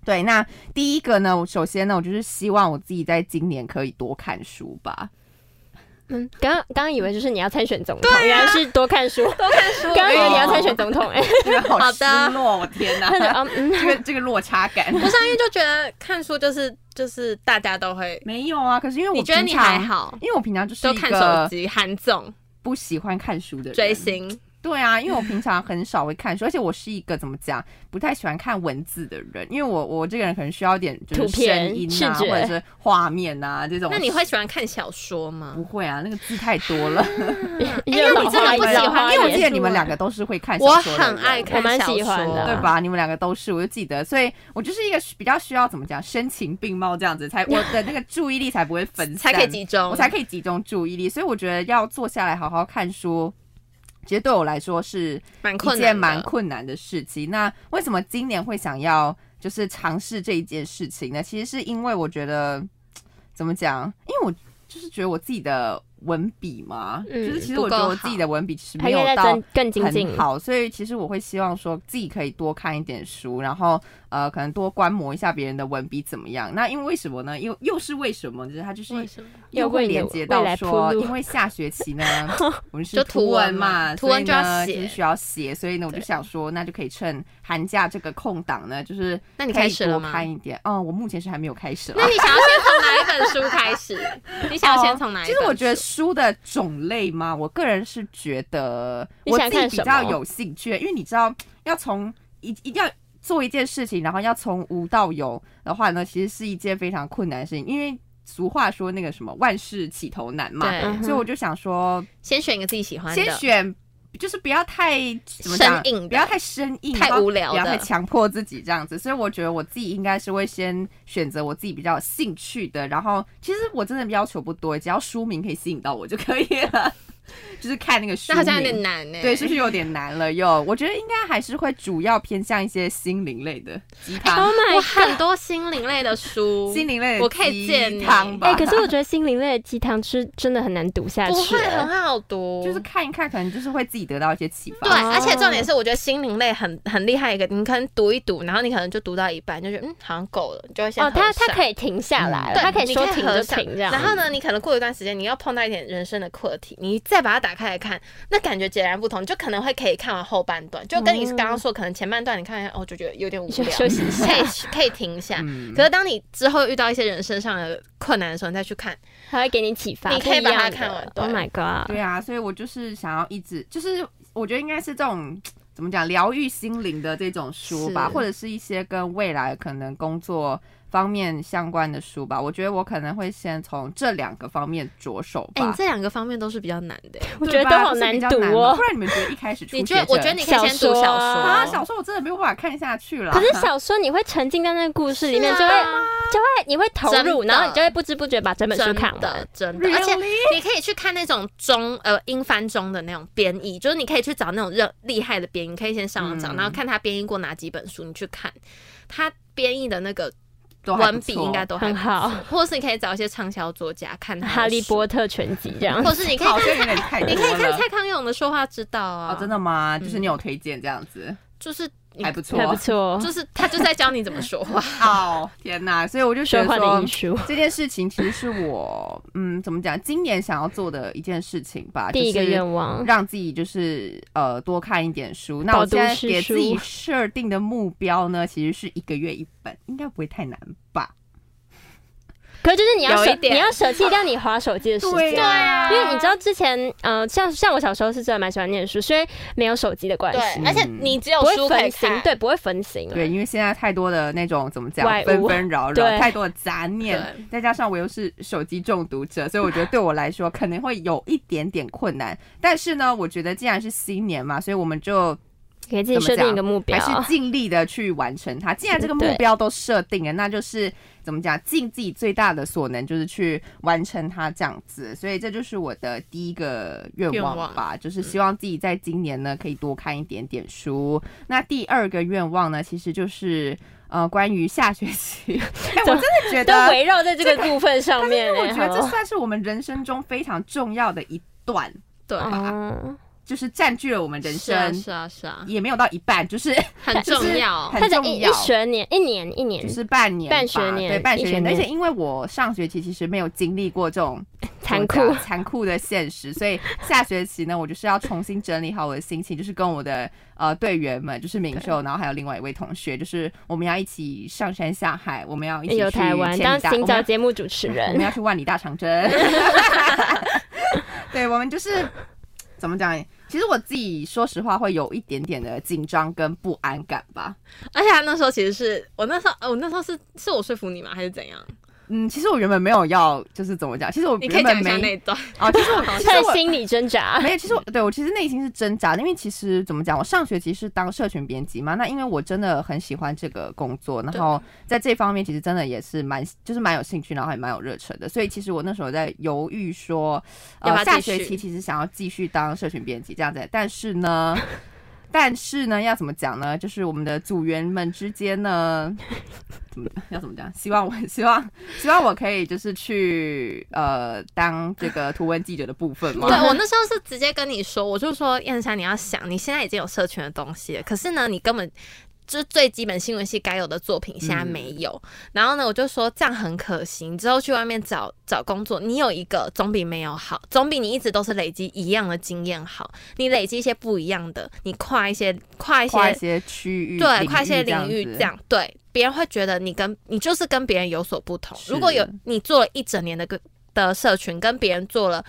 S2: 对，那第一个呢，我首先呢，我就是希望我自己在今年可以多看书吧。
S3: 嗯，刚刚刚以为就是你要参选总统，原来是多看书，啊多看书。刚刚以为你要参选总统， 哎，
S2: 好
S1: 好
S2: 失
S1: 的哦
S2: 落，我天哪
S3: 那，就嗯嗯，
S2: 这个这个落差感
S1: 不是啊因为就觉得看书就是就是大家都会，
S2: 没有啊。可是因为我
S1: 你觉得
S2: 平
S1: 你
S2: 常
S1: 还，好，
S2: 因为我平常就是
S1: 都
S2: 一
S1: 看手
S2: 个
S1: 机、韩综、
S2: 不喜欢看书的人
S1: 追。星，
S2: 对啊，因为我平常很少会看书， 而且我是一个怎么讲，不太喜欢看文字的人，因为我我这个人可能需要一点就
S3: 图
S2: 是
S3: 片
S2: 声 音
S3: 视
S2: 啊，
S3: 觉
S2: 或者是画面啊这种。
S1: 那你会喜欢看小说吗？
S2: 不会啊？那个字太多了。
S1: 哎那你真的不喜
S3: 老花
S1: 欢
S2: 因为我
S3: 眼
S2: 记得
S3: 是
S2: 你们
S3: 吗
S2: 两个都是会看小
S1: 我
S2: 说的人
S1: 很爱看
S3: 我蛮
S1: 小
S3: 喜
S1: 说
S3: 欢的
S2: 对吧？你们两个都是，我就记得，所以我就是一个比较需要怎么讲，声情并茂这样子，才我的那个注意力才不会分
S1: 才
S2: 散，
S1: 可以集中，
S2: 我才可以集中注意力。所以我觉得要坐下来好好看书，其实对我来说是
S1: 蛮
S2: 一
S1: 困
S2: 件
S1: 难，
S2: 蛮。困难的事情。那为什么今年会想要就是尝试这一件事情呢？其实是因为我觉得怎么讲，因为我就是觉得我自己的文笔嘛，
S3: 嗯
S2: 就是其实
S1: 不
S2: 我觉得
S1: 够
S2: 我自己
S1: 好
S2: 的文笔其实
S3: 还
S2: 没
S3: 可以
S2: 有
S3: 再
S2: 到
S3: 增更精进
S2: 很。好，所以其实我会希望说自己可以多看一点书，然后呃，可能多观摩一下别人的文笔怎么样。那因为为什么呢？又又是为什么？就是它就是
S1: 为什么？
S2: 又会连接到说，
S3: 又为你的未来铺路
S2: 因为下学期 呢，我们是
S1: 就图文
S2: 文
S1: 嘛
S2: 嘛，
S1: 图文就要
S2: 所以呢
S1: 写
S2: 就是需要写，所以呢，我就想说，那就可以趁寒假这个空档呢，就是
S1: 那你
S2: 可以
S1: 开始了
S2: 多
S1: 吗
S2: 看一点。嗯，我目前是还没有开始啦。
S1: 那你想要先从哪一本书开始？你想要先从哪一
S2: 哦其
S1: 本
S2: 实
S1: 书？
S2: 我觉得书的种类嘛，我个人是觉得
S3: 你
S2: 我
S3: 想
S2: 自己
S3: 看
S2: 比
S3: 什么
S2: 较有兴趣，因为你知道要从一一定要做一件事情，然后要从无到有的话呢，其实是一件非常困难的事情，因为俗话说那个什么万事起头难嘛，
S1: 对
S3: 嗯哼
S2: 所以我就想说
S1: 先选一个自己喜欢的，
S2: 先选。就是不要太怎么讲
S1: 生硬的
S2: 不要太生硬，
S1: 太
S2: 然后
S1: 无聊
S2: 不要
S1: 的
S2: 太强迫自己这样子。所以我觉得我自己应该是会先选择我自己比较有兴趣的。然后其实我真的要求不多，只要书名可以吸引到我就可以了。 就是看那个书
S1: 那
S2: 名，
S1: 好像有点难呢。
S2: 对，是不是有点难了又？我觉得应该还是会主要偏向一些心灵类的鸡汤
S3: Oh，my
S1: 我
S3: god！
S1: 很多心灵类的书，
S2: 心灵类的
S1: 我可以借你
S2: 鸡汤吧。
S3: 哎、可是我觉得心灵类的鸡汤吃真的很难读下
S1: 不
S3: 去、
S1: 会
S3: 哎
S1: 很好读，
S2: 就是看一看，可能就是会自己得到一些启发。
S1: 对，
S3: 哦
S1: 而且重点是，我觉得心灵类很很厉害一个，你可能读一读，然后你可能就读到一半，就觉得嗯，好像够了，你就会先
S3: 哦，他
S1: 合上
S3: 他可以停下来了，
S1: 对
S3: 他可以
S1: 你
S3: 说停
S1: 合
S3: 就
S1: 上
S3: 停这样。
S1: 然后呢，你可能过一段时间，你要碰到一点人生的课题，你再把它打开来看，那感觉截然不同，就可能会可以看完后半段，就跟你
S3: 嗯
S1: 刚刚说，可能前半段你看一看，哦，就觉得有点无
S3: 休
S1: 聊，
S3: 休息 一下
S1: 可以可以停一下。
S2: 嗯
S1: 可是当你之后遇到一些人身上的困难的时候，你再去看，
S3: 他会给你启发，
S1: 你可以把它
S3: 不一样的
S1: 看完对
S3: Oh my god！
S2: 对啊，所以我就是想要一直，就是我觉得应该是这种怎么讲，疗愈心灵的这种书吧，
S1: 是
S2: 或者是一些跟未来可能工作方面相关的书吧。我觉得我可能会先从这两个方面着手
S1: 哎、你
S2: 吧。
S1: 这两个方面都是比较难的。
S3: 我
S2: 对
S3: 觉得
S2: 吧
S3: 都好
S2: 这是比较
S3: 难
S2: 难
S3: 读
S2: 吗
S3: 哦
S2: 不然你们觉得一开始 初
S1: 你觉
S2: 学
S1: 得？我
S2: 者
S1: 觉得你可哦以先读
S3: 小说
S1: 小
S3: 啊
S2: 啊，
S1: 说，
S2: 小说我真的没有办法看下去了。
S3: 可是小说你会沉浸在那个故事
S1: 啊
S3: 里面，就会就会你会投入，
S1: 真的
S3: 然后你就会不知不觉把整本书
S1: 真
S3: 看完
S1: 的。真的，
S2: Really？
S1: 而且你可以去看那种中呃英翻中的那种编译，就是你可以去找那种热厉害的编译，你可以先上网找，
S2: 嗯
S1: 然后看他编译过哪几本书，你去看他编译的那个
S2: 都还不
S1: 文笔
S2: 错
S1: 应该都还
S3: 很
S1: 不错，
S3: 好，
S1: 或者是你可以找一些畅销作家看
S3: 《
S1: 他的
S3: 哈利
S1: 书
S3: 波特》全集这样
S1: 或。者是你可以
S2: 好
S1: 看
S2: 像有
S1: 蔡，你
S2: 点太多
S1: 可以看
S2: 了。
S1: 蔡康永的说话之道啊，
S2: 哦，真的吗？就是
S1: 嗯
S2: 你有推荐这样子，
S1: 就是你
S2: 还不错
S3: 还。不错，
S1: 就是他就在教你怎么说 话，
S2: 哦，天哪！所以我就 觉
S3: 说
S2: 得
S3: 话
S2: 说
S3: 的艺术。
S2: 这件事情其实是我，嗯，怎么讲，今年想要做的一件事情吧。
S3: 第一个
S2: 务，
S3: 愿望，
S2: 让自己就是呃多看一点书。那
S3: 饱
S2: 我现在
S3: 读诗
S2: 给自己
S3: 书
S2: 设定的目标呢，其实是一个月一本，应该不会太难吧？
S3: 可是就是你要
S1: 有一
S3: 舍
S1: 点
S3: 你要舍弃掉你划手机的时间。
S2: 啊
S3: 因为你知道之前，呃，像像我小时候是真的蛮喜欢念书，所以没有手机的关系，
S1: 而且你只有
S3: 嗯不
S1: 书
S3: 会
S1: 可以
S3: 分心
S1: 看，，
S3: 对，不会分心。
S2: 对，因为现在太多的那种怎么讲
S3: 外，物
S2: 纷纷扰扰，
S3: 对
S2: 太多的杂念，再加上我又是手机中毒者，所以我觉得对我来说可能会有一点点困难。但是呢，我觉得既然是新年嘛，所以我们就
S3: 给自己设定一个目标
S2: 还，是尽力的去完成它。既然这个目标都设定了，那就是怎么讲，尽自己最大的所能，就是去完成它这样子。所以这就是我的第一个愿望
S1: 愿
S2: 吧，就是希望自己在今年呢可以多看一点点书。那第二个愿望呢，其实就是呃，关于下学 期，哎、我真的觉
S3: 都
S2: 得
S3: 围绕在这个部分上面。
S2: 我觉得
S3: 哎
S2: 这算是我们人生中非常重要的一段。
S1: 对，
S3: 好嗯
S2: 就是占据了我们人
S1: 是啊
S2: 生，
S1: 是啊是啊，
S2: 也没有到一半，就是
S1: 很
S2: 就是
S1: 重要。
S2: 很
S3: 他在一
S2: 重
S3: 一
S2: 要。
S3: 学年一年一年
S2: 就是半年吧，
S3: 半学年
S2: 对半学
S3: 一学年
S2: 而且因为我上学期其实没有经历过这种
S3: 残酷
S2: 怎么讲残酷的现实，所以下学期呢，我就是要重新整理好我的心情，就是跟我的呃队员们，就是明秀，然后还有另外一位同学，就是我们要一起上山下海，我们要一起
S3: 哎有
S2: 去
S3: 台湾
S2: 千
S3: 当
S2: 里大
S3: 行
S2: 我们
S3: 脚
S2: 要
S3: 节目主持
S2: 我 们
S3: 人，
S2: 要去万里大长 征。对，我们就是怎么讲？其实我自己说实话，会有一点点的紧张跟不安感吧。
S1: 而且他那时候其实是我那时候，呃我那时候是是我说服你吗？还是怎样？
S2: 嗯，其实我原本没有要，就是怎么讲？其实我
S1: 你可以
S2: 原本
S1: 讲一下那
S2: 没
S1: 一段。
S2: 啊，其实我其实
S3: 他的
S2: 我
S3: 心理挣扎。
S2: 没有，其实我对我其实内心是挣扎的，因为其实怎么讲，我上学期是当社群编辑嘛，那因为我真的很喜欢这个工作，然后在这方面其实真的也是蛮就是蛮有兴趣，然后还蛮有热忱的，所以其实我那时候在犹豫说，
S1: 要
S2: 呃
S1: 不，要
S2: 下
S1: 继续
S2: 学期其实想要继续当社群编辑这样子，但是呢。但是呢，要怎么讲呢？就是我们的组员们之间呢，怎么要怎么讲？希望我希望希望我可以就是去呃当这个图文记者的部分嘛。
S1: 对我那时候是直接跟你说，我就说燕山，你要想，你现在已经有社群的东西了，可是呢，你根本就是最基本新闻系该有的作品，现在没有。然后呢，我就说这样很可惜，你之后去外面找找工作，你有一个总比没有好，总比你一直都是累积一样的经验好。你累积一些不一样的，你跨一些跨一些
S2: 跨一些区域，
S1: 对，
S2: 领
S1: 跨一些领域
S2: 域
S1: 这。样，对，别人会觉得你跟你就是跟别人有所不同。
S2: 是
S1: 如果有你做了一整年的个的社群，跟别人做了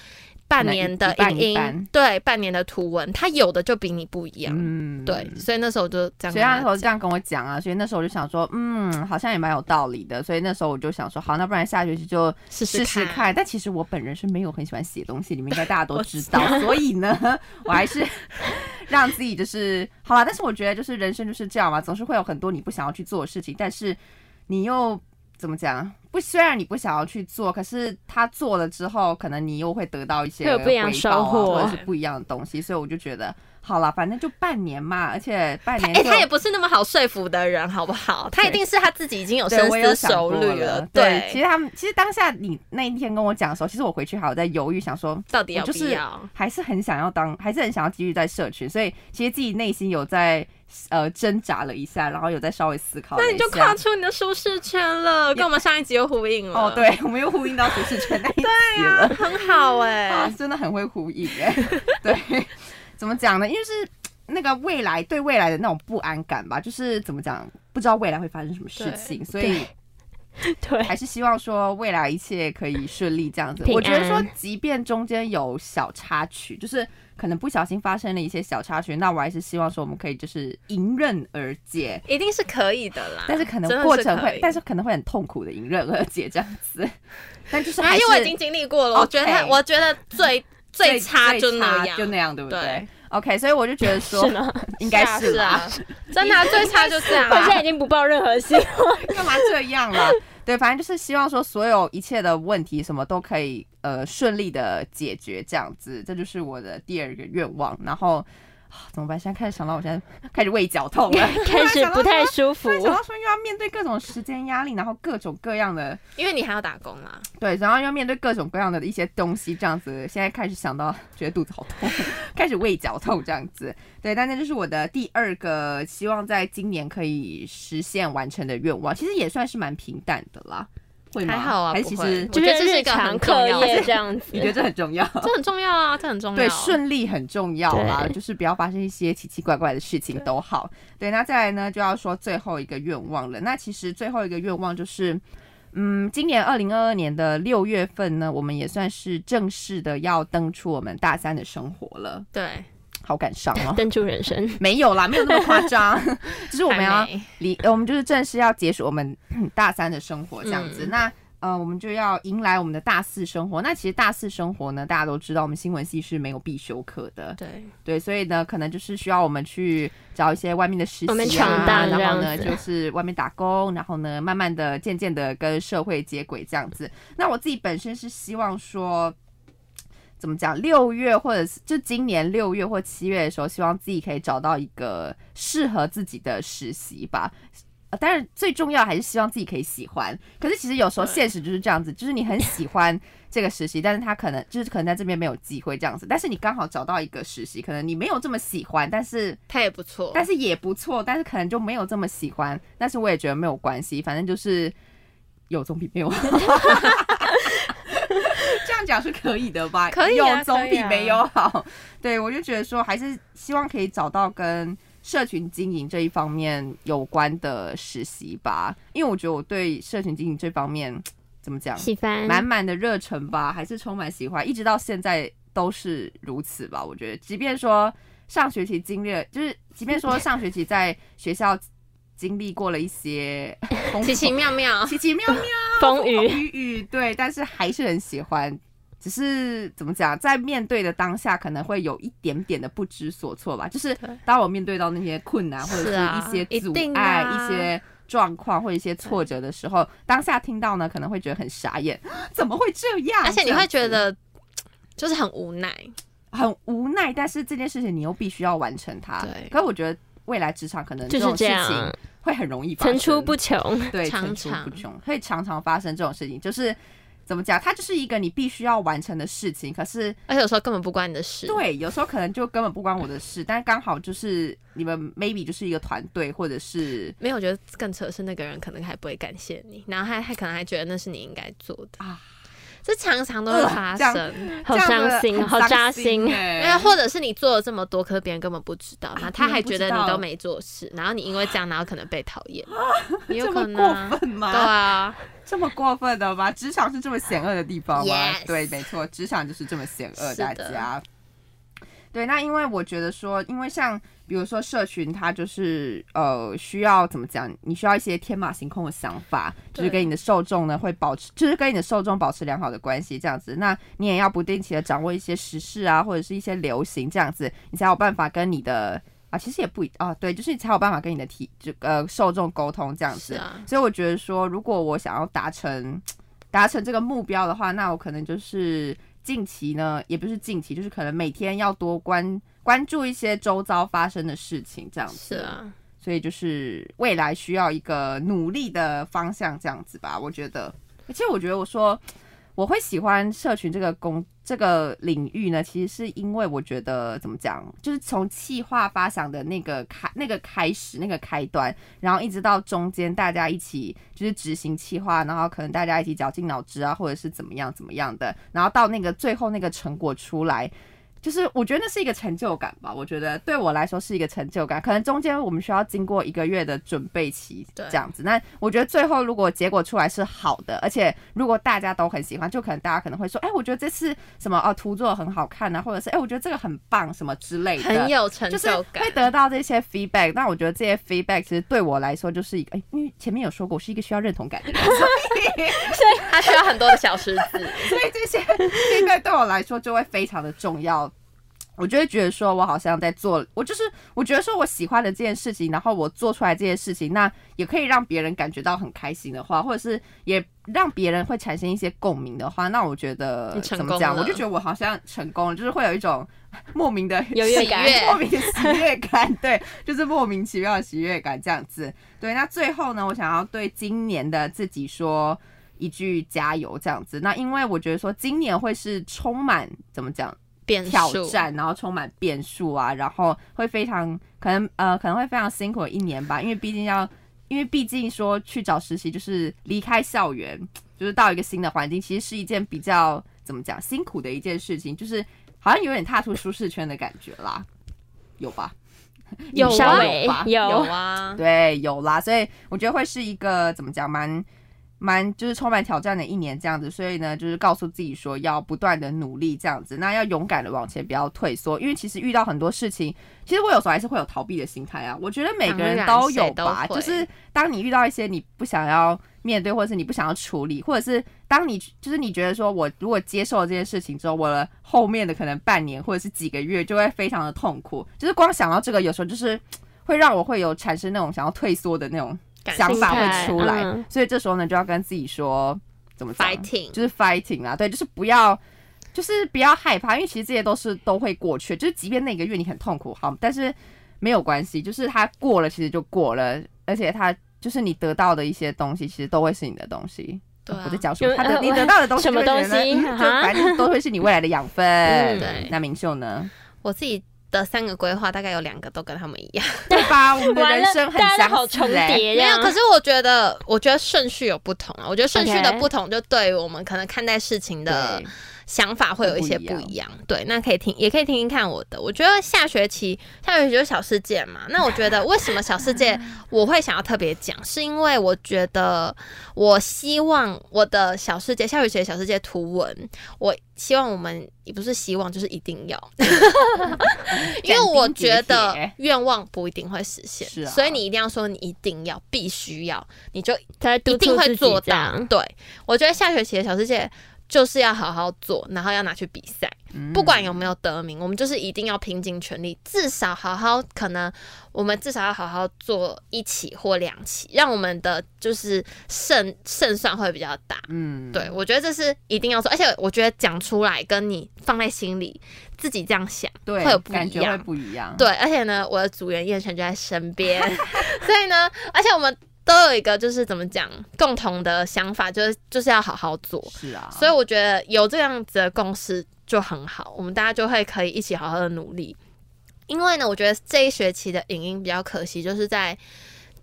S1: 半
S2: 可能
S1: 年
S2: 一
S1: 的
S2: 一半
S1: 影
S2: 一半
S1: 音，对，半年的图文，他有的就比你不一样，
S2: 嗯，
S1: 对，所以那时候我就这样
S2: 所
S1: 跟
S2: 以
S1: 他
S2: 他那时
S1: 讲。
S2: 候这样跟我讲啊，所以那时候我就想说，嗯，好像也蛮有道理的。所以那时候我就想说，好，那不然下学期就
S1: 试
S2: 试
S1: 试
S2: 试看。但其实我本人是没有很喜欢写东西，你们应该大家都知道。所以呢，我还是 让自己就是好啦。但是我觉得就是人生就是这样嘛，总是会有很多你不想要去做的事情，但是你又怎么讲？不，虽然你不想要去做，可是他做了之后，可能你又会得到一些
S3: 会有不一样
S2: 回报啊
S3: 收获
S2: 或者是不一样的东西。所以我就觉得，好啦，反正就半年嘛，而且半年
S1: 哎、
S2: 就
S1: 他也不是那么好说服的人，好不好？他一定是他自己已经有
S2: 对，
S1: 深
S2: 我有
S1: 思
S2: 想
S1: 熟
S2: 过
S1: 虑
S2: 了。
S1: 对，
S2: 其实他们其实当下你那一天跟我讲的时候，其实我回去还有在犹豫，想说
S1: 到底要
S2: 我
S1: 不
S2: 就是
S1: 要？
S2: 还是很想要当，还是很想要继续在社群，所以其实自己内心有在呃挣扎了一下，然后有在稍微思考了一
S1: 那
S2: 下。
S1: 你就跨出你的舒适圈了，跟我们上一集又呼应了。
S2: 哦，，对，我们又呼应到主持圈那一集了。
S1: 很好哎、
S2: 啊，真的很会呼应哎、对，怎么讲呢？因为是那个未来对未来的那种不安感吧，就是怎么讲，不知道未来会发生什么事情，所以
S3: 对，
S2: 还是希望说未来一切可以顺利这样子。
S3: 平安
S2: 我觉得说，即便中间有小插曲，就是可能不小心发生了一些小插曲，那我还是希望说我们可以就是迎刃而解。
S1: 一定是可以的啦。
S2: 但是可
S1: 真的
S2: 能
S1: 是
S2: 过程
S1: 可
S2: 会
S1: 以，
S2: 但是可能会很痛苦的迎刃而解这样子。但就是
S1: 没有
S2: 还是
S1: 因为我已经经历过了，我觉得
S2: OK
S1: 我觉得最最差就
S2: 最
S1: 那
S2: 差
S1: 样，
S2: 就那样，对不
S1: 对
S2: 对？OK，所以我就觉得说
S3: 是，吗？
S2: 应该
S1: 是
S2: 啦，
S1: 啊，真的啊最差就这样
S3: 我现在
S1: 啊。
S3: 已经不抱任何 希望。
S2: 干嘛这样啦？对，反正就是希望说所有一切的问题什么都可以呃顺利的解决，这样子，这就是我的第二个愿望。然后、啊怎么办？现在开始想到我现在开始胃绞痛 了，
S3: 开始不太舒服
S2: 突。然想到说又要面对各种时间压力，然后各种各样的
S1: 因为你还要打工啊，
S2: 对，然后要面对各种各样的一些东西，这样子，现在开始想到觉得肚子好痛， 开始胃绞痛这样子。对，但那就是我的第二个希望在今年可以实现完成的愿望，其实也算是蛮平淡的啦，会吗？
S1: 还好啊，
S2: 还
S1: 不
S2: 是其
S1: 会
S2: 实
S1: 我
S3: 就
S1: 觉得这是
S3: 日
S1: 一个
S3: 常
S1: 很重
S3: 课
S1: 要的
S3: 业，这样
S2: 你觉得
S3: 子，。
S2: 这很重要？
S1: 这很重要啊，这很重要。
S2: 对，顺利很重要啦，就是不要发生一些奇奇怪怪的事情都好。对，那再来呢，就要说最后一个愿望了。那其实最后一个愿望就是，嗯，今年二零二二年的六月份呢，我们也算是正式的要登出我们大三的生活了，
S1: 对，
S2: 好感伤哦
S3: 登出人生。
S2: 没有啦，没有那么夸张，就是我们要
S1: 还没
S2: 离，呃我们就是正式要结束我们 大三的生活这样子。
S1: 嗯
S2: 那呃，我们就要迎来我们的大四生活。那其实大四生活呢，大家都知道，我们新闻系是没有必修课的，
S1: 对，
S2: 对，所以呢，可能就是需要我们去找一些外面的实习、啊，
S3: 我们闯荡这
S2: 然后
S3: 样
S2: 呢，
S3: 子
S2: 就是外面打工，然后呢，慢慢的、渐渐的跟社会接轨这样子。那我自己本身是希望说。怎么讲？六月或者是就今年六月或七月的时候，希望自己可以找到一个适合自己的实习吧。呃当然最重要还是希望自己可以喜欢。可是其实有时候现实就是这样子，就是你很喜欢这个实习，但是他可能就是可能在这边没有机会这样子，但是你刚好找到一个实习，可能你没有这么喜欢，但是
S1: 他也不错，
S2: 但是也不错，但是可能就没有这么喜欢。但是我也觉得没有关系，反正就是有总比没有好。这样讲是可以的吧？
S1: 可以啊
S2: 有总比没有好。对，我就觉得说，还是希望可以找到跟社群经营这一方面有关的实习吧，因为我觉得我对社群经营这方面怎么讲，
S3: 喜
S1: 嗯
S3: 欢
S2: 满满的热忱吧，还是充满喜欢，一直到现在都是如此吧。我觉得，即便说上学期经历了，就是即便说上学期在学校经历过了一些风
S1: 奇奇妙 妙。
S2: 奇奇妙妙、
S3: 风雨，
S2: 哦雨雨，对，但是还是很喜欢。只是怎么讲，在面对的当下，可能会有一点点的不知所措吧。就是当我面对到那些困难，或者
S1: 是啊
S2: 是一些阻
S1: 一定的
S2: 碍、
S1: 啊
S2: 一些状况或者一些挫折的时候，当下听到呢，可能会觉得很傻眼，啊怎么会这样？
S1: 而且你
S2: 这样
S1: 会
S2: 子
S1: 觉得就是很无奈，
S2: 很无奈，但是这件事情你又必须要完成它。
S1: 对
S2: 可我觉得未来职场可能这
S3: 就是
S2: 种事
S3: 这样
S2: 情会很容易发生，
S3: 层出不穷。
S2: 对，
S1: 常
S2: 层出不
S1: 常
S2: 穷，会常常发生这种事情。就是怎么讲，它就是一个你必须要完成的事情，可是
S1: 而且有时候根本不关你的事。
S2: 对，有时候可能就根本不关我的事，但刚好就是你们 maybe 就是一个团队，或者是
S1: 没有，我觉得更扯的是那个人可能还不会感谢你，然后他他可能还觉得那是你应该做的
S2: 啊呃
S1: 啊，这常常都会发
S2: 这样
S1: 生。
S3: 好
S2: 这样
S3: 伤
S2: 子
S3: 心，
S2: 很
S3: 好扎心。
S2: 欸
S1: 没有，或者是你做了这么多，可是别人根本不知道，然后他
S2: 啊别人
S1: 还
S2: 不
S1: 觉
S2: 知
S1: 得你
S2: 道啊
S1: 都没做事，然后你因为这样，然后可能被讨厌，也有
S2: 这
S1: 可
S2: 么
S1: 能啊
S2: 过分吗？
S1: 对啊，
S2: 这么过分的吗？职场是这么险恶的地方吗
S1: Yes
S2: 对，没错，职场就是这么险恶，
S1: 是的
S2: 大家。对，那因为我觉得说，因为像比如说社群，它就是呃需要怎么讲？你需要一些天马行空的想法，就
S1: 对
S2: 是跟你的受众呢会保持，就是跟你的受众保持良好的关系，这样子。那你也要不定期的掌握一些时事啊，或者是一些流行这样子，你才有办法跟你的啊，其实也不一啊，对，就是你才有办法跟你的提这个、呃、受众沟通这样
S1: 是
S2: 子。
S1: 啊，
S2: 所以我觉得说，如果我想要达成达成这个目标的话，那我可能就是近期呢，也不是近期，就是可能每天要多关关注一些周遭发生的事情，这样子。
S1: 是。啊，
S2: 所以就是未来需要一个努力的方向，这样子吧。我觉得，其实我觉得我说我会喜欢社群这个工这个领域呢，其实是因为我觉得怎么讲，就是从企划发想的那个开那个开始那个开端，然后一直到中间大家一起就是执行企划，然后可能大家一起绞尽脑汁啊，或者是怎么样怎么样的，然后到那个最后那个成果出来，就是我觉得那是一个成就感吧，我觉得对我来说是一个成就感。可能中间我们需要经过一个月的准备期，
S1: 对
S2: 这样子。那我觉得最后如果结果出来是好的，而且如果大家都很喜欢，就可能大家可能会说，哎，我觉得这次什么哦图做得很好看啊，或者是哎，我觉得这个很棒什么之类的，
S1: 很有成
S2: 就是
S1: 就感
S2: 会。得到这些 feedback。但我觉得这些 feedback 其实对我来说就是一个，哎因为前面有说过，我是一个需要认同感的人，
S1: 他需要很多的小石子，
S2: 所以这些 feedback 对我来说就会非常的重要。我就会觉得说，我好像在做，我就是我觉得说我喜欢的这件事情，然后我做出来这件事情，那也可以让别人感觉到很开心的话，或者是也让别人会产生一些共鸣的话，那我觉得
S1: 你成
S2: 怎
S1: 功
S2: 么讲，
S1: 了
S2: 我就觉得我好像成功了，就是会有一种莫名的
S3: 优越感
S1: 喜悦
S2: 莫名的喜悦感，对，就是莫名其妙的喜悦感这样子。对，那最后呢，我想要对今年的自己说一句加油这样子。那因为我觉得说今年会是充满怎么讲
S1: 变
S2: 挑
S1: 数
S2: 战，然后充满变数啊，然后会非常可能呃可能会非常辛苦的一年吧，因为毕竟要因为毕竟说去找实习就是离开校园，就是到一个新的环境，其实是一件比较怎么讲辛苦的一件事情，就是好像有点踏出舒适圈的感觉啦，有吧？
S1: 有
S3: 稍
S1: 啊
S3: 微
S2: 吧
S1: 有
S3: 有
S1: 啊，
S2: 对，有啦，所以我觉得会是一个怎么讲，蛮蛮就是充满挑战的一年这样子。所以呢，就是告诉自己说要不断的努力这样子，那要勇敢的往前，不要退缩。因为其实遇到很多事情，其实我有时候还是会有逃避的心态啊。我觉得每个人
S1: 当然
S2: 都有
S1: 谁都
S2: 吧，
S1: 会
S2: 就是当你遇到一些你不想要面对，或者是你不想要处理，或者是当你就是你觉得说我如果接受了这件事情之后，我的后面的可能半年或者是几个月就会非常的痛苦。就是光想到这个，有时候就是会让我会有产生那种想要退缩的那种
S1: 感
S2: 想
S1: 性
S2: 法
S3: 态
S2: 会出来。
S3: 嗯
S2: 所以这时候呢，就要跟自己说怎么讲
S1: fighting
S2: 就是 fighting 啦，对，就是不要。就是不要害怕，因为其实这些都是都会过去的。就是即便那个月你很痛苦，好，但是没有关系，就是它过了，其实就过了，而且它就是你得到的一些东西，其实都会是你的东西。
S1: 对啊
S2: 我在讲什么？
S3: 有
S2: 他的
S3: 呃
S2: 你得到的东西
S3: 什么
S2: 就会觉得
S3: 东西
S2: 嗯就
S3: 啊
S2: 反正都会是你未来的养分。
S3: 嗯
S1: 对
S2: 那明秀呢？
S1: 我自己的三个规划大概有两个都跟他们一样，
S2: 对吧？我们的
S3: 完
S2: 人
S3: 了，
S2: 生很
S3: 大家
S2: 相
S3: 都好
S2: 似
S3: 重
S2: 欸
S3: 叠这
S1: 没有。
S3: 样。
S1: 可是我觉得，我觉得顺序有不同啊。我觉得顺序的
S3: OK
S1: 不同，就对于我们可能看待事情的
S2: 对
S1: 想法会有一些
S2: 会
S1: 不
S2: 不一
S1: 一
S2: 样
S1: 样。对，那可以听，也可以听听看我的。我觉得下学期下学期就是小世界 嘛。那我觉得为什么小世界我会想要特别讲，是因为我觉得我希望我的小世界下学期的小世界图文，我希望我们也不是希望，就是一定 要，因为我觉
S2: 斩钉截
S1: 得
S2: 铁
S1: 愿望不一定会实现，
S2: 是啊
S1: 所以你一定要说你一定要必须要，你就
S3: 他
S1: 一定会做
S3: 这
S1: 到
S3: 样。。
S1: 对，我觉得下学期的小世界就是要好好做，然后要拿去比赛，
S2: 嗯
S1: 不管有没有得名，我们就是一定要拼尽全力，至少好好可能我们至少要好好做一期或两期，让我们的就是胜胜算会比较大。
S2: 嗯，
S1: 对，我觉得这是一定要做，而且我觉得讲出来跟你放在心里，自己这样想
S2: 对，
S1: 会有不
S2: 感
S1: 一
S2: 觉会
S1: 样。
S2: 不一样。
S1: 对，而且呢，我的组员燕璇就在身边， 所以呢，而且我们都有一个就是怎么讲共同的想法，就是就是要好好做。
S2: 是啊，
S1: 所以我觉得有这样子的共识就很好，我们大家就会可以一起好好的努力。因为呢，我觉得这一学期的影音比较可惜，就是在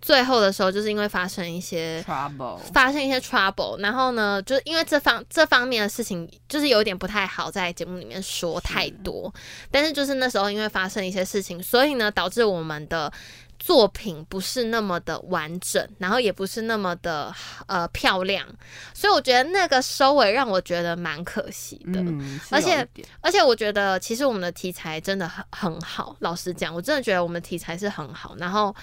S1: 最后的时候，就是因为发生一些
S2: trouble
S1: 发生一些 trouble，然后呢，就是因为这方这方面的事情，就是有点不太好在节目里面说太多。但是就是那时候因为发生一些事情，所以呢，导致我们的作品不是那么的完整，然后也不是那么的呃漂亮。所以我觉得那个收尾让我觉得蛮可惜的。
S2: 嗯，是
S1: 而且
S2: 有一点
S1: 而且我觉得，其实我们的题材真的很很好。老实讲，我真的觉得我们的题材是很好，然后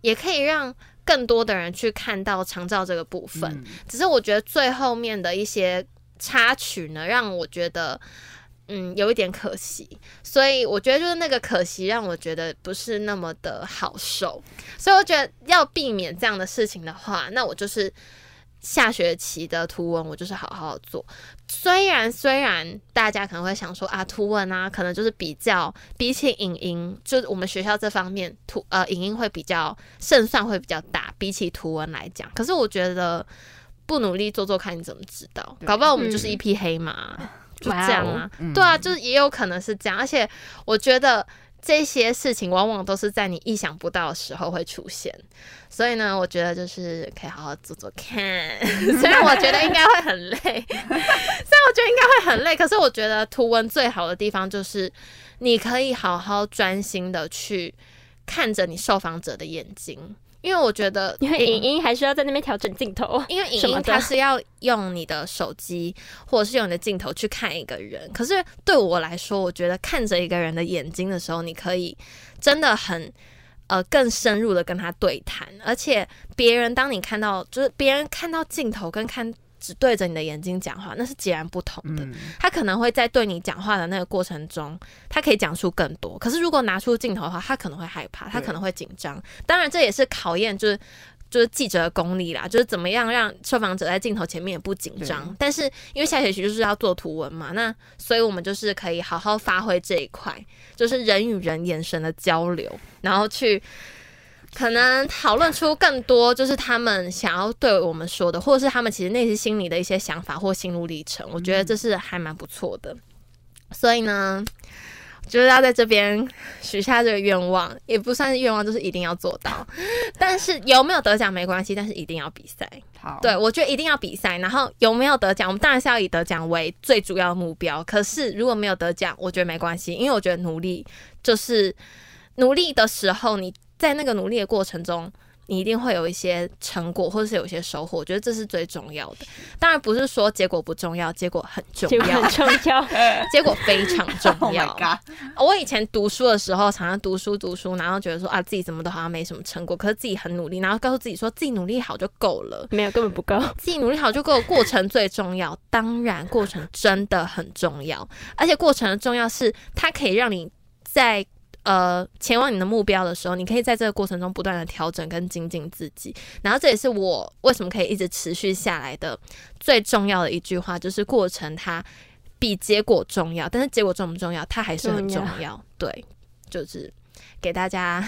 S1: 也可以让更多的人去看到长照这个部分。
S2: 嗯
S1: 只是我觉得最后面的一些插曲呢，让我觉得。嗯，有一点可惜，所以我觉得就是那个可惜，让我觉得不是那么的好受，所以我觉得要避免这样的事情的话，那我就是下学期的图文，我就是好好地做。虽然虽然大家可能会想说啊，图文啊，可能就是比较比起影音，就是我们学校这方面图呃影音会比较胜算会比较大，比起图文来讲。可是我觉得不努力做做看，你怎么知道？
S2: 对
S1: 搞不好我们就是一匹黑马，就这样啊。
S2: 嗯
S1: 对啊，就是也有可能是这样，而且我觉得这些事情往往都是在你意想不到的时候会出现，所以呢，我觉得就是可以好好做做看。 虽然我觉得应该会很累，虽 然我觉得应该会很累，可是我觉得图文最好的地方就是你可以好好专心的去看着你受访者的眼睛，因为我觉得
S3: 因为影音还需要在那边调整镜 头，
S1: 因为影
S3: 什么
S1: 音
S3: 的
S1: 它是要用你的手机或者是用你的镜头去看一个人，可是对我来说，我觉得看着一个人的眼睛的时候，你可以真的很呃更深入的跟他对谈，而且别人当你看到就是别人看到镜头跟看只对着你的眼睛讲话，那是截然不同的。
S2: 嗯，
S1: 他可能会在对你讲话的那个过程中，他可以讲出更多。可是如果拿出镜头的话，他可能会害怕，他可能会紧张。当然，这也是考验，就是就是记者的功力啦，就是怎么样让受访者在镜头前面也不紧张
S2: 对。
S1: 但是因为下学期就是要做图文嘛，那所以我们就是可以好好发挥这一块，就是人与人眼神的交流，然后去。可能讨论出更多，就是他们想要对我们说的，或者是他们其实内心里的一些想法或心路历程，我觉得这是还蛮不错的。所以呢，就是要在这边许下这个愿望，也不算是愿望，就是一定要做到。但是有没有得奖没关系，但是一定要比赛。
S2: 好，
S1: 对，我觉得一定要比赛。然后有没有得奖，我们当然是要以得奖为最主要的目标。可是如果没有得奖，我觉得没关系，因为我觉得努力就是努力的时候，你在那个努力的过程中。你一定会有一些成果，或者是有一些收获，我觉得这是最重要的。当然不是说结果不重要，结果很重
S3: 结果
S1: 要
S3: 很，重要。
S1: 结果非常重
S2: Oh
S1: 要。
S2: my god！
S1: 我以前读书的时候，常常读书读书，然后觉得说啊，自己怎么都好像没什么成果，可是自己很努力，然后告诉自己说自己努力好就够了，
S3: 没有，根本不够。
S1: 自己努力好就够，过程最重要。当然，过程真的很重要，而且过程的重要是它可以让你在。呃，前往你的目标的时候，你可以在这个过程中不断的调整跟精进自己，然后这也是我为什么可以一直持续下来的最重要的一句话，就是过程它比结果重要，但是结果重不重要，它还是很重
S3: 重
S1: 要。对， 就是给大家，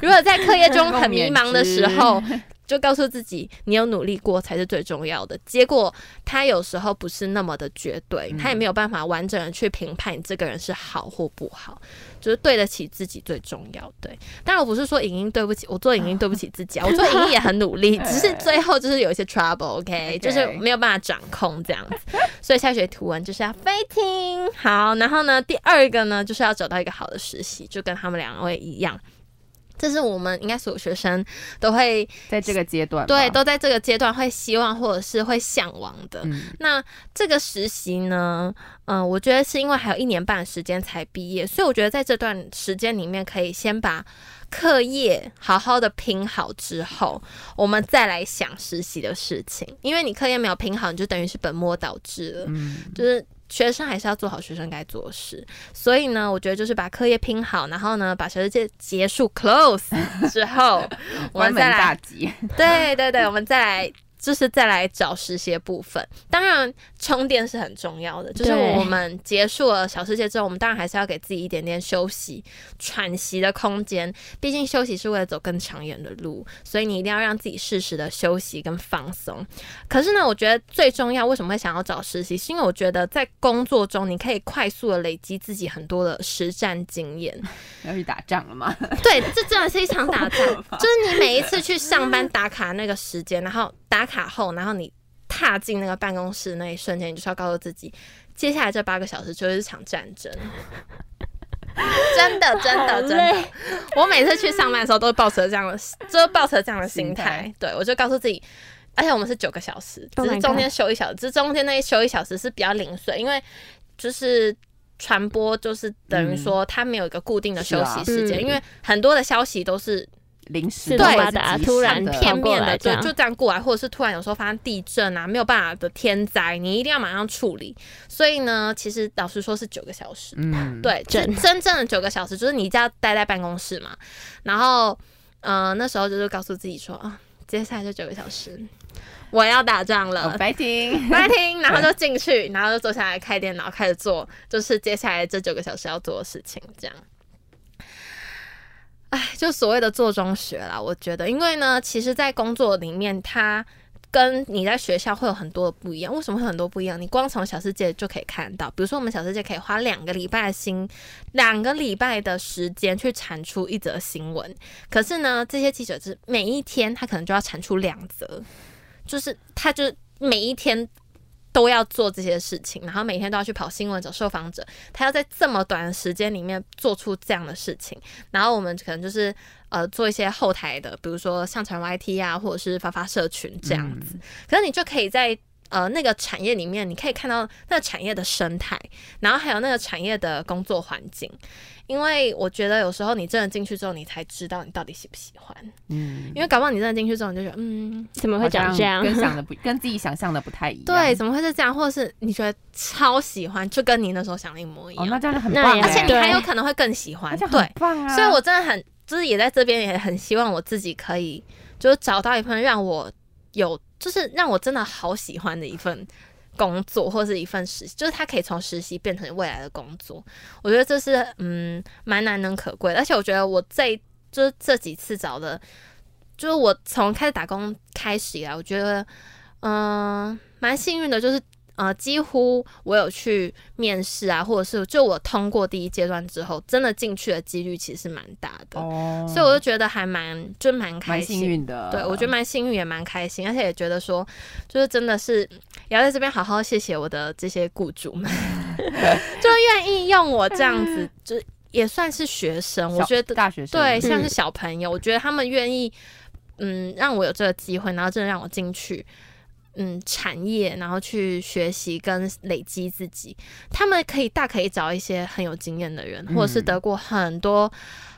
S1: 如果在课业中很迷茫的时候， 就告诉自己，你有努力过才是最重要的。结果他有时候不是那么的绝对，他也没有办法完整的去评判你这个人是好或不好，就是对得起自己最重要。对，当然我不是说影音对不起，我做影音对不起自己啊，我做影音也很努力，只是最后就是有一些 trouble，OK，、
S2: OK
S1: 就是没有办法掌控这样子。所以下学图文就是要飞听好，然后呢，第二个呢就是要找到一个好的实习，就跟他们两位一样。这是我们应该所有学生都会
S2: 在这个阶段吧，
S1: 对，都在这个阶段会希望或者是会向往的。
S2: 嗯
S1: 那这个实习呢，嗯、我觉得是因为还有一年半的时间才毕业，所以我觉得在这段时间里面，可以先把课业好好的拼好之后，我们再来想实习的事情。因为你课业没有拼好，你就等于是本末倒置了。
S2: 嗯，
S1: 就是学生还是要做好学生该做的事。所以呢，我觉得就是把课业拼好，然后呢，把学界结束 close 之 后，我
S2: 关
S1: 们
S2: 门
S1: 再来
S2: 大吉，
S1: 对对对，我们再来。就是再来找实习的部分，当然充电是很重要的。就是
S3: 对
S1: 我们结束了小世界之后，我们当然还是要给自己一点点休息、喘息的空间。毕竟休息是为了走更长远的路，所以你一定要让自己适时的休息跟放松。可是呢，我觉得最重要，为什么会想要找实习，是因为我觉得在工作中你可以快速的累积自己很多的实战经验。
S2: 要去打仗了吗？
S1: 对，这真的是一场打仗，就是你每一次去上班打卡那个时间，然后打卡后，然后你踏进那个办公室那一瞬间，你就是要告诉自己，接下来这八个小时就是一场战争。 真的，真的，真的，我每次去上班的时候都是抱持着这样的，就是抱持着这样的心
S2: 心
S1: 态
S2: 态。
S1: 对，我就告诉自己，而且我们是九个小时，只
S3: Oh
S1: 是
S3: my
S1: 中间休一小时，只是中间那一休一小时是比较零碎，因为就是传播就是等于说它没有一个固定的休息时
S3: 是
S1: 间，
S3: 啊嗯
S1: 因为很多的消息都是
S2: 临时
S3: 自动
S1: 对
S3: 发达
S2: 及时
S3: 突然
S1: 很
S2: 的
S1: 片面
S3: 跑过
S1: 的，
S3: 来这
S1: 对，啊
S3: 样
S1: 就这样过来，或者是突然有时候发生地震啊，没有办法的天灾，你一定要马上处理。所以呢，其实老实说是九个小时，
S2: 嗯，
S1: 对，真
S3: 真
S1: 真正的九个小时，就是你一定要待在办公室嘛。然后，嗯、那时候就是告诉自己说啊，接下来这九个小时我要打仗了，
S2: 哦，白婷，
S1: 白听，然后就进去，然后就坐下来开电脑，开始做，就是接下来这九个小时要做的事情，这样。哎，就所谓的做中学啦，我觉得，因为呢，其实，在工作里面，它跟你在学校会有很多的不一样。为什么会有很多不一样？你光从小世界就可以看到，比如说我们小世界可以花两个礼拜的心，两个礼拜的时间去产出一则新闻，可是呢，这些记者是每一天他可能就要产出两则，就是他就是每一天都要做这些事情，然后每天都要去跑新闻找受访者，他要在这么短的时间里面做出这样的事情，然后我们可能就是呃做一些后台的，比如说上传 YT 啊，或者是发发社群这样子，可是你就可以在。呃，那个产业里面，你可以看到那个产业的生态，然后还有那个产业的工作环境，因为我觉得有时候你真的进去之后，你才知道你到底喜不喜欢。
S2: 嗯，
S1: 因为搞不好你真的进去之后，你就觉得，嗯，
S3: 怎么会长这样
S2: 好像？跟 想的不，跟自己想象的不太一样，
S1: 对，，怎么会是这样？或者是你觉得超喜欢，就跟你那时候想的一模一
S2: 哦，
S1: 样，
S2: 那这样就很
S3: 那
S2: 棒欸，
S3: 也
S1: 而且你
S3: 对
S1: 还有可能会更喜欢
S2: 而。且很
S1: 对，
S2: 棒啊，
S1: 所以我真的很，就是也在这边也很希望我自己可以，就是找到一份让我有，就是让我真的好喜欢的一份。工作或是一份实习，就是它可以从实习变成未来的工作，我觉得这是嗯蛮难能可贵的。而且我觉得我这就是这几次找的，就是我从开始打工开始以来，我觉得嗯蛮幸运的，就是呃几乎我有去面试啊，或者是就我通过第一阶段之后，真的进去的几率其实蛮大的，
S2: 哦，
S1: 所以我就觉得还蛮就蛮开
S2: 蛮
S1: 心
S2: 幸运的，
S1: 对，我觉得蛮幸运，也蛮开心，而且也觉得说，就是真的是也要在这边好好谢谢我的这些雇主 们，就愿意用我这样子，就也算是学生，我
S2: 小
S1: 觉得
S2: 大学生
S1: 对，
S2: 嗯
S1: 像是小朋友，我觉得他们愿意，嗯，让我有这个机会，然后真的让我进去。嗯，产业，然后去学习跟累积自己，他们可以大可以找一些很有经验的人，或者是
S2: 嗯
S1: 得过很多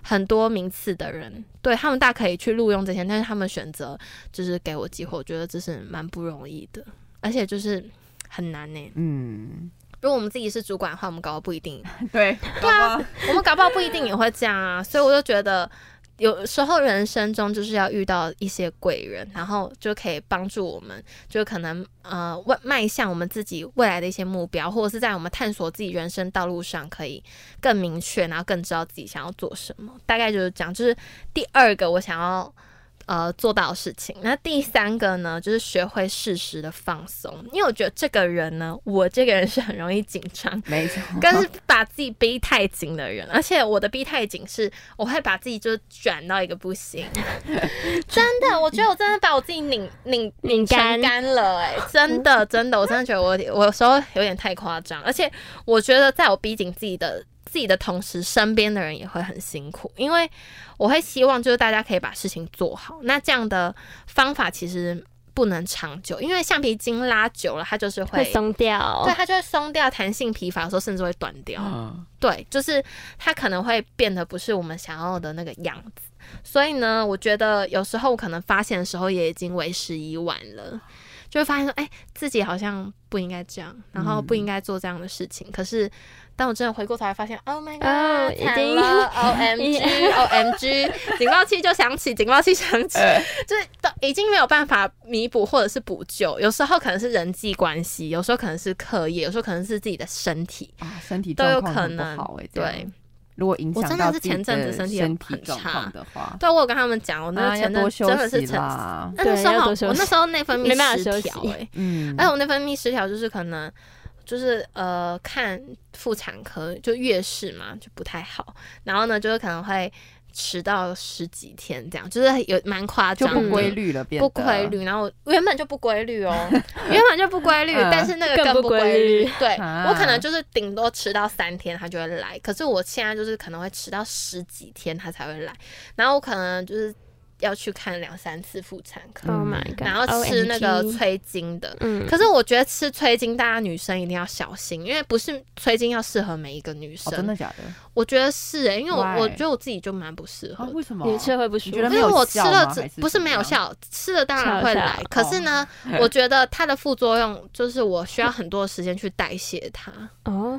S1: 很多名次的人，对他们大可以去录用这些，但是他们选择就是给我机会，我觉得这是蛮不容易的，而且就是很难呢、
S2: 嗯，
S1: 如果我们自己是主管的话，我们搞不好不一定，
S2: 对，对啊，
S1: 我们搞不好不一定也会这样啊。所以我就觉得，有时候人生中就是要遇到一些贵人，然后就可以帮助我们，就可能呃迈迈向我们自己未来的一些目标，或者是在我们探索自己人生道路上可以更明确，然后更知道自己想要做什么。大概就是这样，就是第二个我想要。呃做到的事情。那第三个呢，就是学会适时的放松，因为我觉得这个人呢，我这个人是很容易紧张，
S2: 没 错，
S1: 更是把自己逼太紧的人，而且我的逼太紧是，我会把自己就是卷到一个不行，真的，我觉得我真的把我自己拧拧
S3: 拧干
S1: 成干了、哎，真的真的，我真的觉得我我有时候有点太夸张，而且我觉得在我逼紧自己的自己的同时，身边的人也会很辛苦，因为我会希望就是大家可以把事情做好，那这样的方法其实。不能长久，因为橡皮筋拉久了，它就是
S3: 会松掉。
S1: 对，它就会松掉，弹性疲乏的时候甚至会断掉。
S2: 嗯
S1: 对，就是它可能会变得不是我们想要的那个样子。所以呢，我觉得有时候我可能发现的时候也已经为时已晚了，就会发现说，哎、自己好像不应该这样，然后不应该做这样的事情。可是当我真的回过头来发现，Oh my
S3: 哦
S1: god，
S3: 已
S1: 惨
S3: 经
S1: 了，OMG，OMG，警报器就响起，警报器响起，
S2: 呃
S1: 就是都已经没有办法弥补或者是补救。有时候可能是人际关系，有时候可能是课业，有时候可能是自己的身体，
S2: 啊，身体
S1: 都有
S2: 状况
S1: 可
S2: 很不
S1: 能
S2: 好哎，这样
S1: 对。
S2: 如果影
S1: 我
S2: 响
S1: 真的
S2: 到
S1: 是
S2: 自己
S1: 前阵子
S2: 的
S1: 身
S2: 身
S1: 体很
S2: 状
S1: 差
S2: 况的话，
S1: 对，我有跟他们讲，我那
S2: 啊，
S1: 个
S2: 要
S1: 前
S2: 多
S1: 阵
S2: 休
S1: 真的
S2: 息
S1: 是成，
S2: 啦。
S1: 那那时候
S3: 对要
S1: 好
S3: 多休息
S1: 我那时候内分泌
S3: 没办法
S1: 失
S3: 休
S1: 调
S3: 息
S1: 哎、欸，
S2: 嗯，
S1: 哎，我内分泌失调就是可能就是呃看妇产科就月事嘛就不太好，然后呢就是可能会迟到十几天这样，就是有蛮夸
S2: 就
S1: 张的，
S2: 不规律了，变
S1: 不
S2: 得
S1: 规。律，然后我原本就不规律 哦，原本就不规律，
S2: 嗯
S1: 但是那个
S3: 更
S1: 更
S3: 不
S1: 不
S3: 规
S1: 规
S3: 律
S1: 律。对
S2: 啊
S1: 我可能就是顶多迟到三天，他就会来。可是我现在就是可能会迟到十几天，他才会来。然后我可能就是要去看两三次妇产科，
S2: 嗯
S3: Oh my god！
S1: 然后吃那个
S3: OMG
S1: 催经的。
S3: 嗯，
S1: 可是我觉得吃催经，大家女生一定要小心，因为不是催经要适合每一个女
S2: 哦，
S1: 生。
S2: 真的假的？
S1: 我觉得是、欸，因为我
S2: Why？
S1: 我觉得我自己就蛮不适合
S2: 啊，
S1: 的
S2: 为什么？
S3: 你吃会不舒
S2: 你觉得
S3: 服
S1: 因
S2: 没
S1: 为
S2: 有
S1: 我吃
S2: 效
S1: 了
S2: 吗
S1: 只
S2: 还是
S1: 不是
S2: 怎么
S1: 没有
S2: 样
S1: 效，吃了当然
S3: 吃了
S1: 会
S3: 效
S1: 来。 可是呢，我觉得它的副作用就是我需要很多时间去代谢它，
S3: 哦，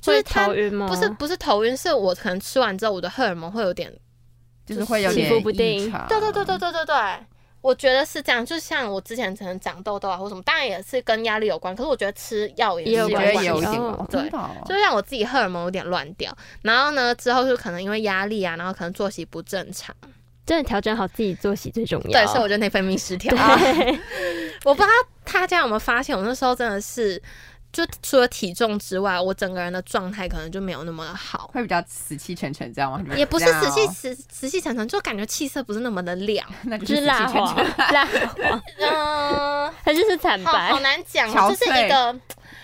S1: 就是
S3: 会
S1: 它
S3: 头晕吗？
S1: 不是不是头晕，是我可能吃完之后我的荷尔蒙会有点，
S2: 就是会有
S3: 起
S2: 点
S3: 伏不
S2: 异
S3: 定
S2: 常
S1: 对对对对对对对。我觉得是这样，就像我之前可能长痘痘啊或什么，当然也是跟压力有关。可是我觉得吃药也
S3: 也有
S1: 是
S2: 我觉
S1: 关
S2: 得
S3: 关
S1: 系
S2: 有一
S3: 系
S2: 点
S3: 哦
S2: 哦，真的哦
S1: 就让我自己荷尔蒙有点乱掉。然后呢，之后就可能因为压力啊，然后可能作息不正常，
S3: 真的调整好自己作息最重要。
S1: 对，所以我就内分泌失调。 我不知道大家有没有发现，我那时候真的是，就除了体重之外，我整个人的状态可能就没有那么的好，
S2: 会比较死气沉沉这样吗？你们
S1: 也不是
S2: 这样
S1: 死气
S2: 哦，
S1: 死死气沉沉，就感觉气色不是那么的亮。
S2: 那就
S3: 就是是
S2: 死
S3: 蜡
S2: 气沉
S3: 黄，
S2: 沉，
S3: 蜡黄，
S1: 嗯、
S3: 它就是惨
S1: 好好
S3: 白，
S1: 难讲哦，
S2: 憔
S1: 就是
S2: 悴
S1: 一个，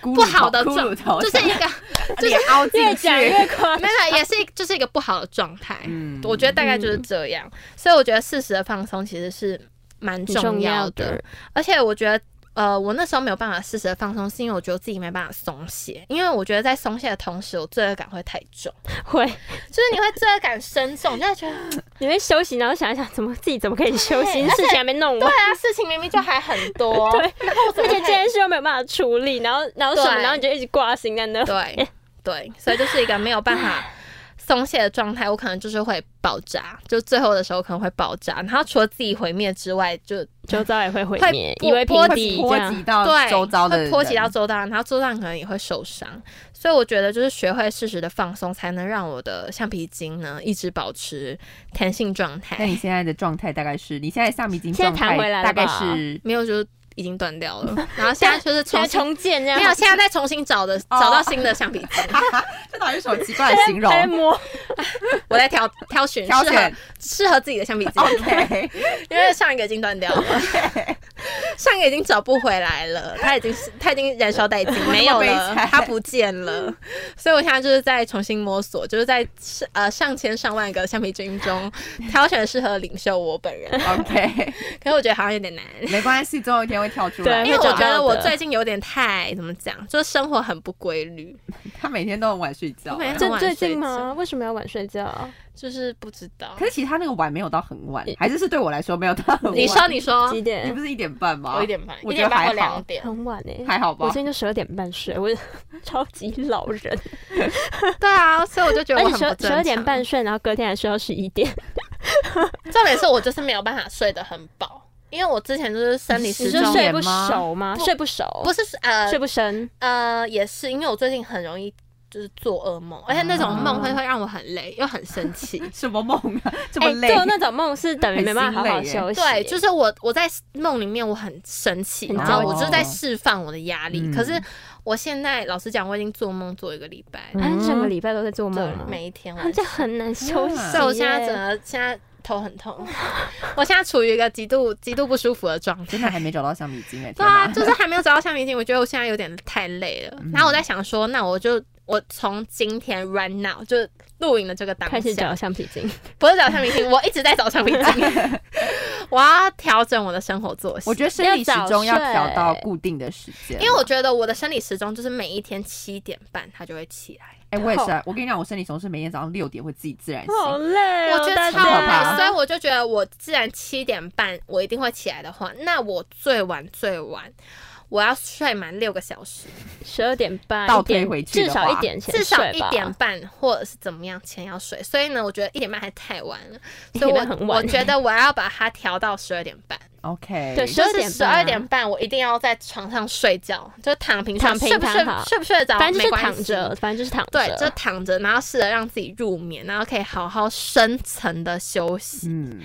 S2: 咕
S1: 不
S2: 噜
S1: 好
S2: 头
S1: 的
S2: 咕
S1: 状
S2: 噜头
S1: 就是
S2: 这
S1: 一
S2: 样
S1: 个，
S2: 脸凹进
S3: 越
S2: 去，
S3: 讲越夸张
S1: 没。有，也是一就是一个不好的状态。
S2: 嗯
S1: 我觉得大概就是这样，所以我觉得适时的放松其实是蛮
S3: 很
S1: 重要
S3: 要
S1: 的。，而且我觉得，呃，我那时候没有办法适时的放松，是因为我觉得我自己没办法松懈，因为我觉得在松懈的同时，我罪恶感会太重，
S3: 会
S1: 就是你会罪恶感深重，你就会觉得，
S3: 你会休息，然后想一想怎么自己怎么可以休 息，
S1: 对
S3: 事情还没弄
S1: 对
S3: 完，
S1: 啊，事情明明就还很多，
S3: 对，啊
S1: 然后我怎
S3: 而
S1: 么
S3: 且
S1: 可
S3: 这件
S1: 以？
S3: 事又没有办法处理，然后然后什么，
S1: 对
S3: 然后你就一直挂心在那。
S1: 对对，所以就是一个没有办法。松懈的状态，我可能就是会爆炸，就最后的时候可能会爆炸。然后除了自己毁灭之外，就
S3: 周遭也会毁
S1: 会
S3: 灭，
S1: 波
S3: 夷为平
S1: 波
S3: 地
S2: 会
S3: 这
S2: 波
S3: 样。
S2: 及到
S1: 对，
S2: 周遭的人，
S1: 会波及到周遭，然后周遭人可能也会受伤，所以我觉得就是学会适时的放松，才能让我的橡皮筋呢一直保持弹性状
S2: 那
S1: 态
S2: 你。现在的状态大概是？你现在橡皮筋
S3: 现在
S2: 状
S3: 弹
S2: 态
S3: 回来了吧
S2: 大概是
S1: 没有就已经断掉 了，然后现在就是
S3: 现
S1: 重
S3: 在
S1: 新
S3: 重建这样，
S1: 没有，现在再重新找的
S2: 哦
S1: 找到新的橡皮筋，
S2: 这到底是什么奇怪的形容
S3: 还在摸，
S1: 我在挑挑选
S2: 挑
S1: 适合
S2: 选哦
S1: 适合自己的橡皮筋，
S2: ？OK，
S1: 因为上一个已经断掉 了，上一个已经找不回来了，它已经是它已经燃烧殆 尽，没有
S2: 悲
S1: 了，
S2: 惨
S1: 它不见了。所以我现在就是在重新摸索，就是在呃上千上万个橡皮筋 中挑选适合领袖我本人，
S2: OK，
S1: 可是我觉得好像有点难。
S2: 哦没关系，总有一天会跳出
S3: 对
S2: 来。
S1: 因为我
S3: 会找
S1: 觉
S3: 到
S1: 得
S3: 的
S1: 我最近有点太怎么讲，就是生活很不规律，
S2: 他每天都很晚睡觉啊
S1: 我，每天
S3: 这
S1: 晚
S3: 最
S1: 睡
S3: 近吗？
S1: 觉
S3: 为什么要晚睡觉？啊
S1: 就是不知道
S2: 可。是其实他那个晚没有到很晚，还是是对我来说没有到很晚。
S1: 你说，你说
S3: 几，
S2: 你
S3: 点
S2: 不？是一点半吗？
S1: 我一点半，
S2: 我
S1: 一
S2: 觉得
S1: 点半
S2: 还
S1: 或
S2: 好
S1: 两点。
S3: 很晚哎，
S2: 还好吧
S3: 我最近都十二点半睡，我 超级老人，
S1: 对啊，所以我就觉得
S3: 而
S1: 我
S3: 且
S1: 很
S3: 十
S1: 不
S3: 二
S1: 正
S3: 十
S1: 常
S3: 二点半睡，然后隔天还睡到十一点。
S1: 重点是我就是没有办法睡得很饱，因为我之前就是生理
S2: 你
S1: 时
S3: 你
S2: 是
S3: 说
S1: 钟，
S3: 睡不
S2: 吗
S3: 熟吗？
S1: 不
S3: 睡不熟，
S1: 不是呃
S3: 睡不深，
S1: 呃也是，因为我最近很容易就是做噩梦，而且那种梦会会让我很累，又很生 气。
S2: 什么梦啊？这
S3: 哎、
S2: 么累？
S3: 做那种梦是等于没办法好好
S2: 很心累耶
S3: 休息，
S1: 对，就是我我在梦里面我很生气，
S3: 很
S1: 然后
S3: 焦
S1: 我
S2: 急
S1: 就在释放我的压力。
S2: 嗯
S1: 可是我现在老实讲，我已经做梦做一个礼拜了，
S3: 哎，整个礼拜都在做梦吗？
S1: 每一天晚
S3: 啊
S1: 上
S3: 这很难休息耶。
S1: 所以我现在整个现在头很痛， 我现在处于一个极度极度不舒服的状态。
S2: 真的还没找到橡皮筋哎，
S1: 对
S2: 天
S1: 啊，
S2: 哪！
S1: 就是还没有找到橡皮筋，我觉得我现在有点太累了。
S2: 嗯
S1: 然后我在想说，那我就我从今天 right now 就是录影的这个当
S3: 开始
S1: 下
S3: 找，橡皮筋，
S1: 不是找橡皮筋，我一直在找橡皮筋。 我要调整我的生活作息，
S2: 我觉得生理时钟要调到固定的时间，
S1: 因为我觉得我的生理时钟就是每一天七点半它就会起来，
S2: 哎，我也是啊，我跟你讲，我生理时钟是每天早上六点会自己自然醒，
S3: 好累、哦，
S2: 哎
S1: 我觉得超
S2: 可
S1: 累，
S2: 怕
S1: 所以我就觉得我自然七点半我一定会起来的话，那我最晚最晚。我要睡满六个小时，
S3: 十二点半
S2: 倒
S3: 一点
S2: 推回去的
S3: 至少一
S2: 话
S3: 点前
S1: 至少
S3: 睡
S1: 一
S3: 吧
S1: 点半或者是怎么样前要睡。所以呢，我觉得一点半还太晚 了，
S3: 一
S1: 所以
S3: 点
S1: 我
S3: 半很晚
S1: 我觉得我要把它调到十二点半，
S2: OK，
S3: 对
S1: 就
S3: 12
S1: 是
S3: 点
S1: 十
S3: 半啊
S1: 二点半我一定要在床上睡觉，就躺平
S3: 躺平
S1: 睡不睡
S3: 躺好
S1: 睡不睡得着，
S3: 反正就是
S1: 没关
S3: 躺
S1: 系
S3: 着，反正就是躺着。
S1: 对，就躺着，然后试着让自己入眠，然后可以好好深层的休息。
S2: 嗯，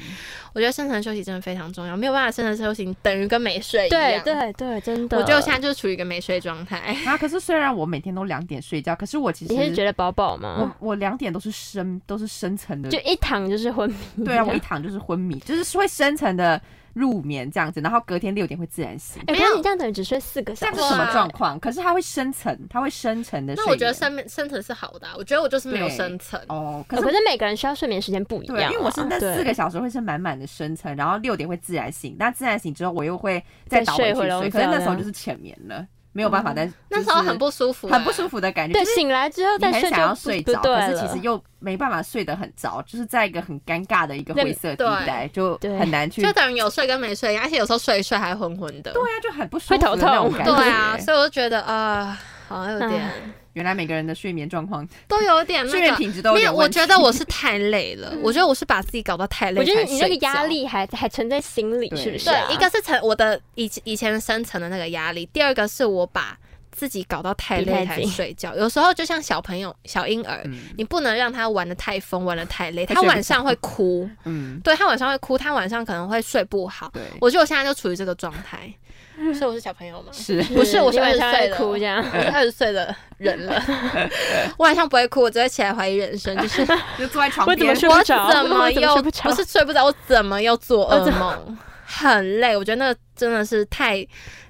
S1: 我觉得深层休息真的非常重要，没有办法深层休息，等于跟没睡一
S3: 对
S1: 样。，
S3: 对对，真的。
S1: 我觉得我现在就是处于一个没睡状 态。
S2: 啊，可是虽然我每天都两点睡觉，可是我其
S3: 你是
S2: 实
S3: 觉得饱饱吗？
S2: 我我两点都是深都是深层的
S3: 啊就一躺就是昏迷。
S2: 对啊，我一躺就是昏迷，就是会深层的入眠这样子，然后隔天六点会自然醒。
S3: 哎，
S1: 没
S3: 可是
S1: 有
S3: 你这样等于只睡四个
S2: 这
S3: 小
S2: 样
S3: 时，
S2: 是什么状况？可是它会深层，它会深层的睡
S1: 那
S2: 眠。
S1: 我觉得深深层是好的啊、我觉得我就是没有
S2: 对
S1: 深层。
S2: 哦，可
S3: 呃？
S2: 是
S3: 可是每个人需要睡眠时间不一
S2: 对，
S3: 样啊。
S2: 因为我是那
S3: 对
S2: 四个小时会是满满的深层，然后六点会自然醒，那自然醒之后我又会再倒回去
S3: 再睡回笼
S2: 睡，
S3: 觉
S2: 可是那时候就是浅眠了，没有办法再。
S1: 哦那时候很
S2: 不
S1: 不舒服、啊欸
S2: 很不
S1: 服。
S2: 舒服的感觉，
S3: 对
S2: 就是
S3: 醒来之后
S2: 你
S3: 再
S2: 很
S3: 睡
S2: 想
S3: 就
S2: 要
S3: 不
S2: 睡
S3: 不
S2: 着，
S3: 对
S2: 可
S3: 了。
S2: 是其实又没办法睡得很着，就是在一个很尴尬的一个
S3: 那
S2: 灰色地带，就
S3: 对
S2: 很难去。
S1: 就等于有睡跟没睡一样，而且有时候睡一睡还昏昏的。
S2: 对啊，就很不舒服
S3: 会头
S2: 的那种
S3: 痛
S2: 感觉。
S1: 对啊，所以我就觉得啊、好像有
S3: 嗯
S1: 点、
S2: 原来每个人的睡眠状况、
S1: 都有点
S2: 睡
S1: 那
S2: 眠
S1: 个。
S2: 品质都
S1: 嗯
S2: 有
S1: 没有，
S2: 点
S1: 我
S2: 问题。
S1: 觉得我是太累了，我觉得我是把自己搞到太累
S3: 我
S1: 才
S3: 觉
S1: 睡觉。
S3: 得你那个压力还还存在心里，
S2: 对
S3: 是不是啊？
S1: 对，一个是层我的以前以前深层的那个压力，第二个是我把自己搞到太
S3: 逼太
S1: 累才
S3: 紧
S1: 睡觉。有时候就像小朋友、小婴儿，
S2: 嗯
S1: 你不能让他玩的太疯，玩的太累，
S2: 他
S1: 他
S2: 睡不
S1: 晚上会哭，
S2: 嗯，
S1: 对他晚上会哭，他晚上可能会睡不好。
S2: 对，
S1: 我觉得我现在就处于这个状态， 所以我是小朋友嘛，
S2: 是
S1: 不是我是
S3: 你晚
S1: 20
S3: 上
S1: 岁
S3: 会
S1: 了
S3: 哭这样。
S1: 我是二十岁的人了， 我晚上不会哭，我只会起来怀疑人生，就是
S2: 就坐在床
S3: 我怎
S2: 边
S3: 么睡
S1: 我
S3: 不着
S1: 怎么
S3: 我怎么
S1: 又
S3: 睡不着
S1: 是睡不着，我怎么又做噩梦，很累。我觉得那个真的是太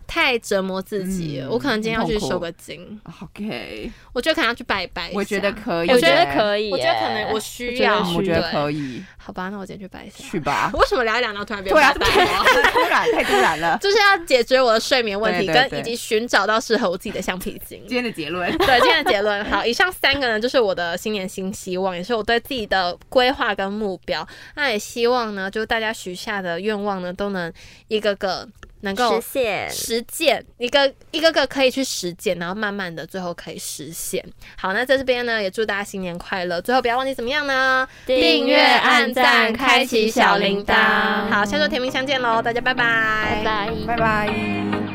S1: 太折磨自己了。
S2: 嗯
S1: 我可能今天要去
S2: 很痛苦
S1: 修个经，
S2: ？OK，
S1: 我觉得可能要去拜拜一下。
S2: 我觉得可以，
S3: 我觉得可以耶，
S1: 我觉得可能我需
S3: 我
S1: 要，
S3: 觉
S2: 嗯，我觉得
S1: 对
S2: 可以，
S1: 好吧，那我今天去拜一下。
S2: 去吧。
S1: 为什么聊一聊，然后突然变
S2: 突然
S1: 拜
S2: 突
S1: 拜？
S2: 然突然太突然了，
S1: 就是要解决我的睡眠问题，
S2: 对对
S1: 跟
S2: 对
S1: 以及寻找到适合我自己的橡皮筋。
S2: 今天的结论。
S1: 对今天的结论，好，以上三个呢，就是我的新年新希望，也是我对自己的规划跟目标。那也希望呢，就是大家许下的愿望呢，都能一个个能够
S3: 实现。
S1: 实践，一个一个个可以去实践，然后慢慢的最后可以实现。好，那在这边呢，也祝大家新年快乐。最后不要忘记怎么样呢？
S3: 订阅按赞开启小铃铛
S1: 好，下周甜蜜相见喽，大家拜拜，
S3: 拜拜。
S2: 拜拜。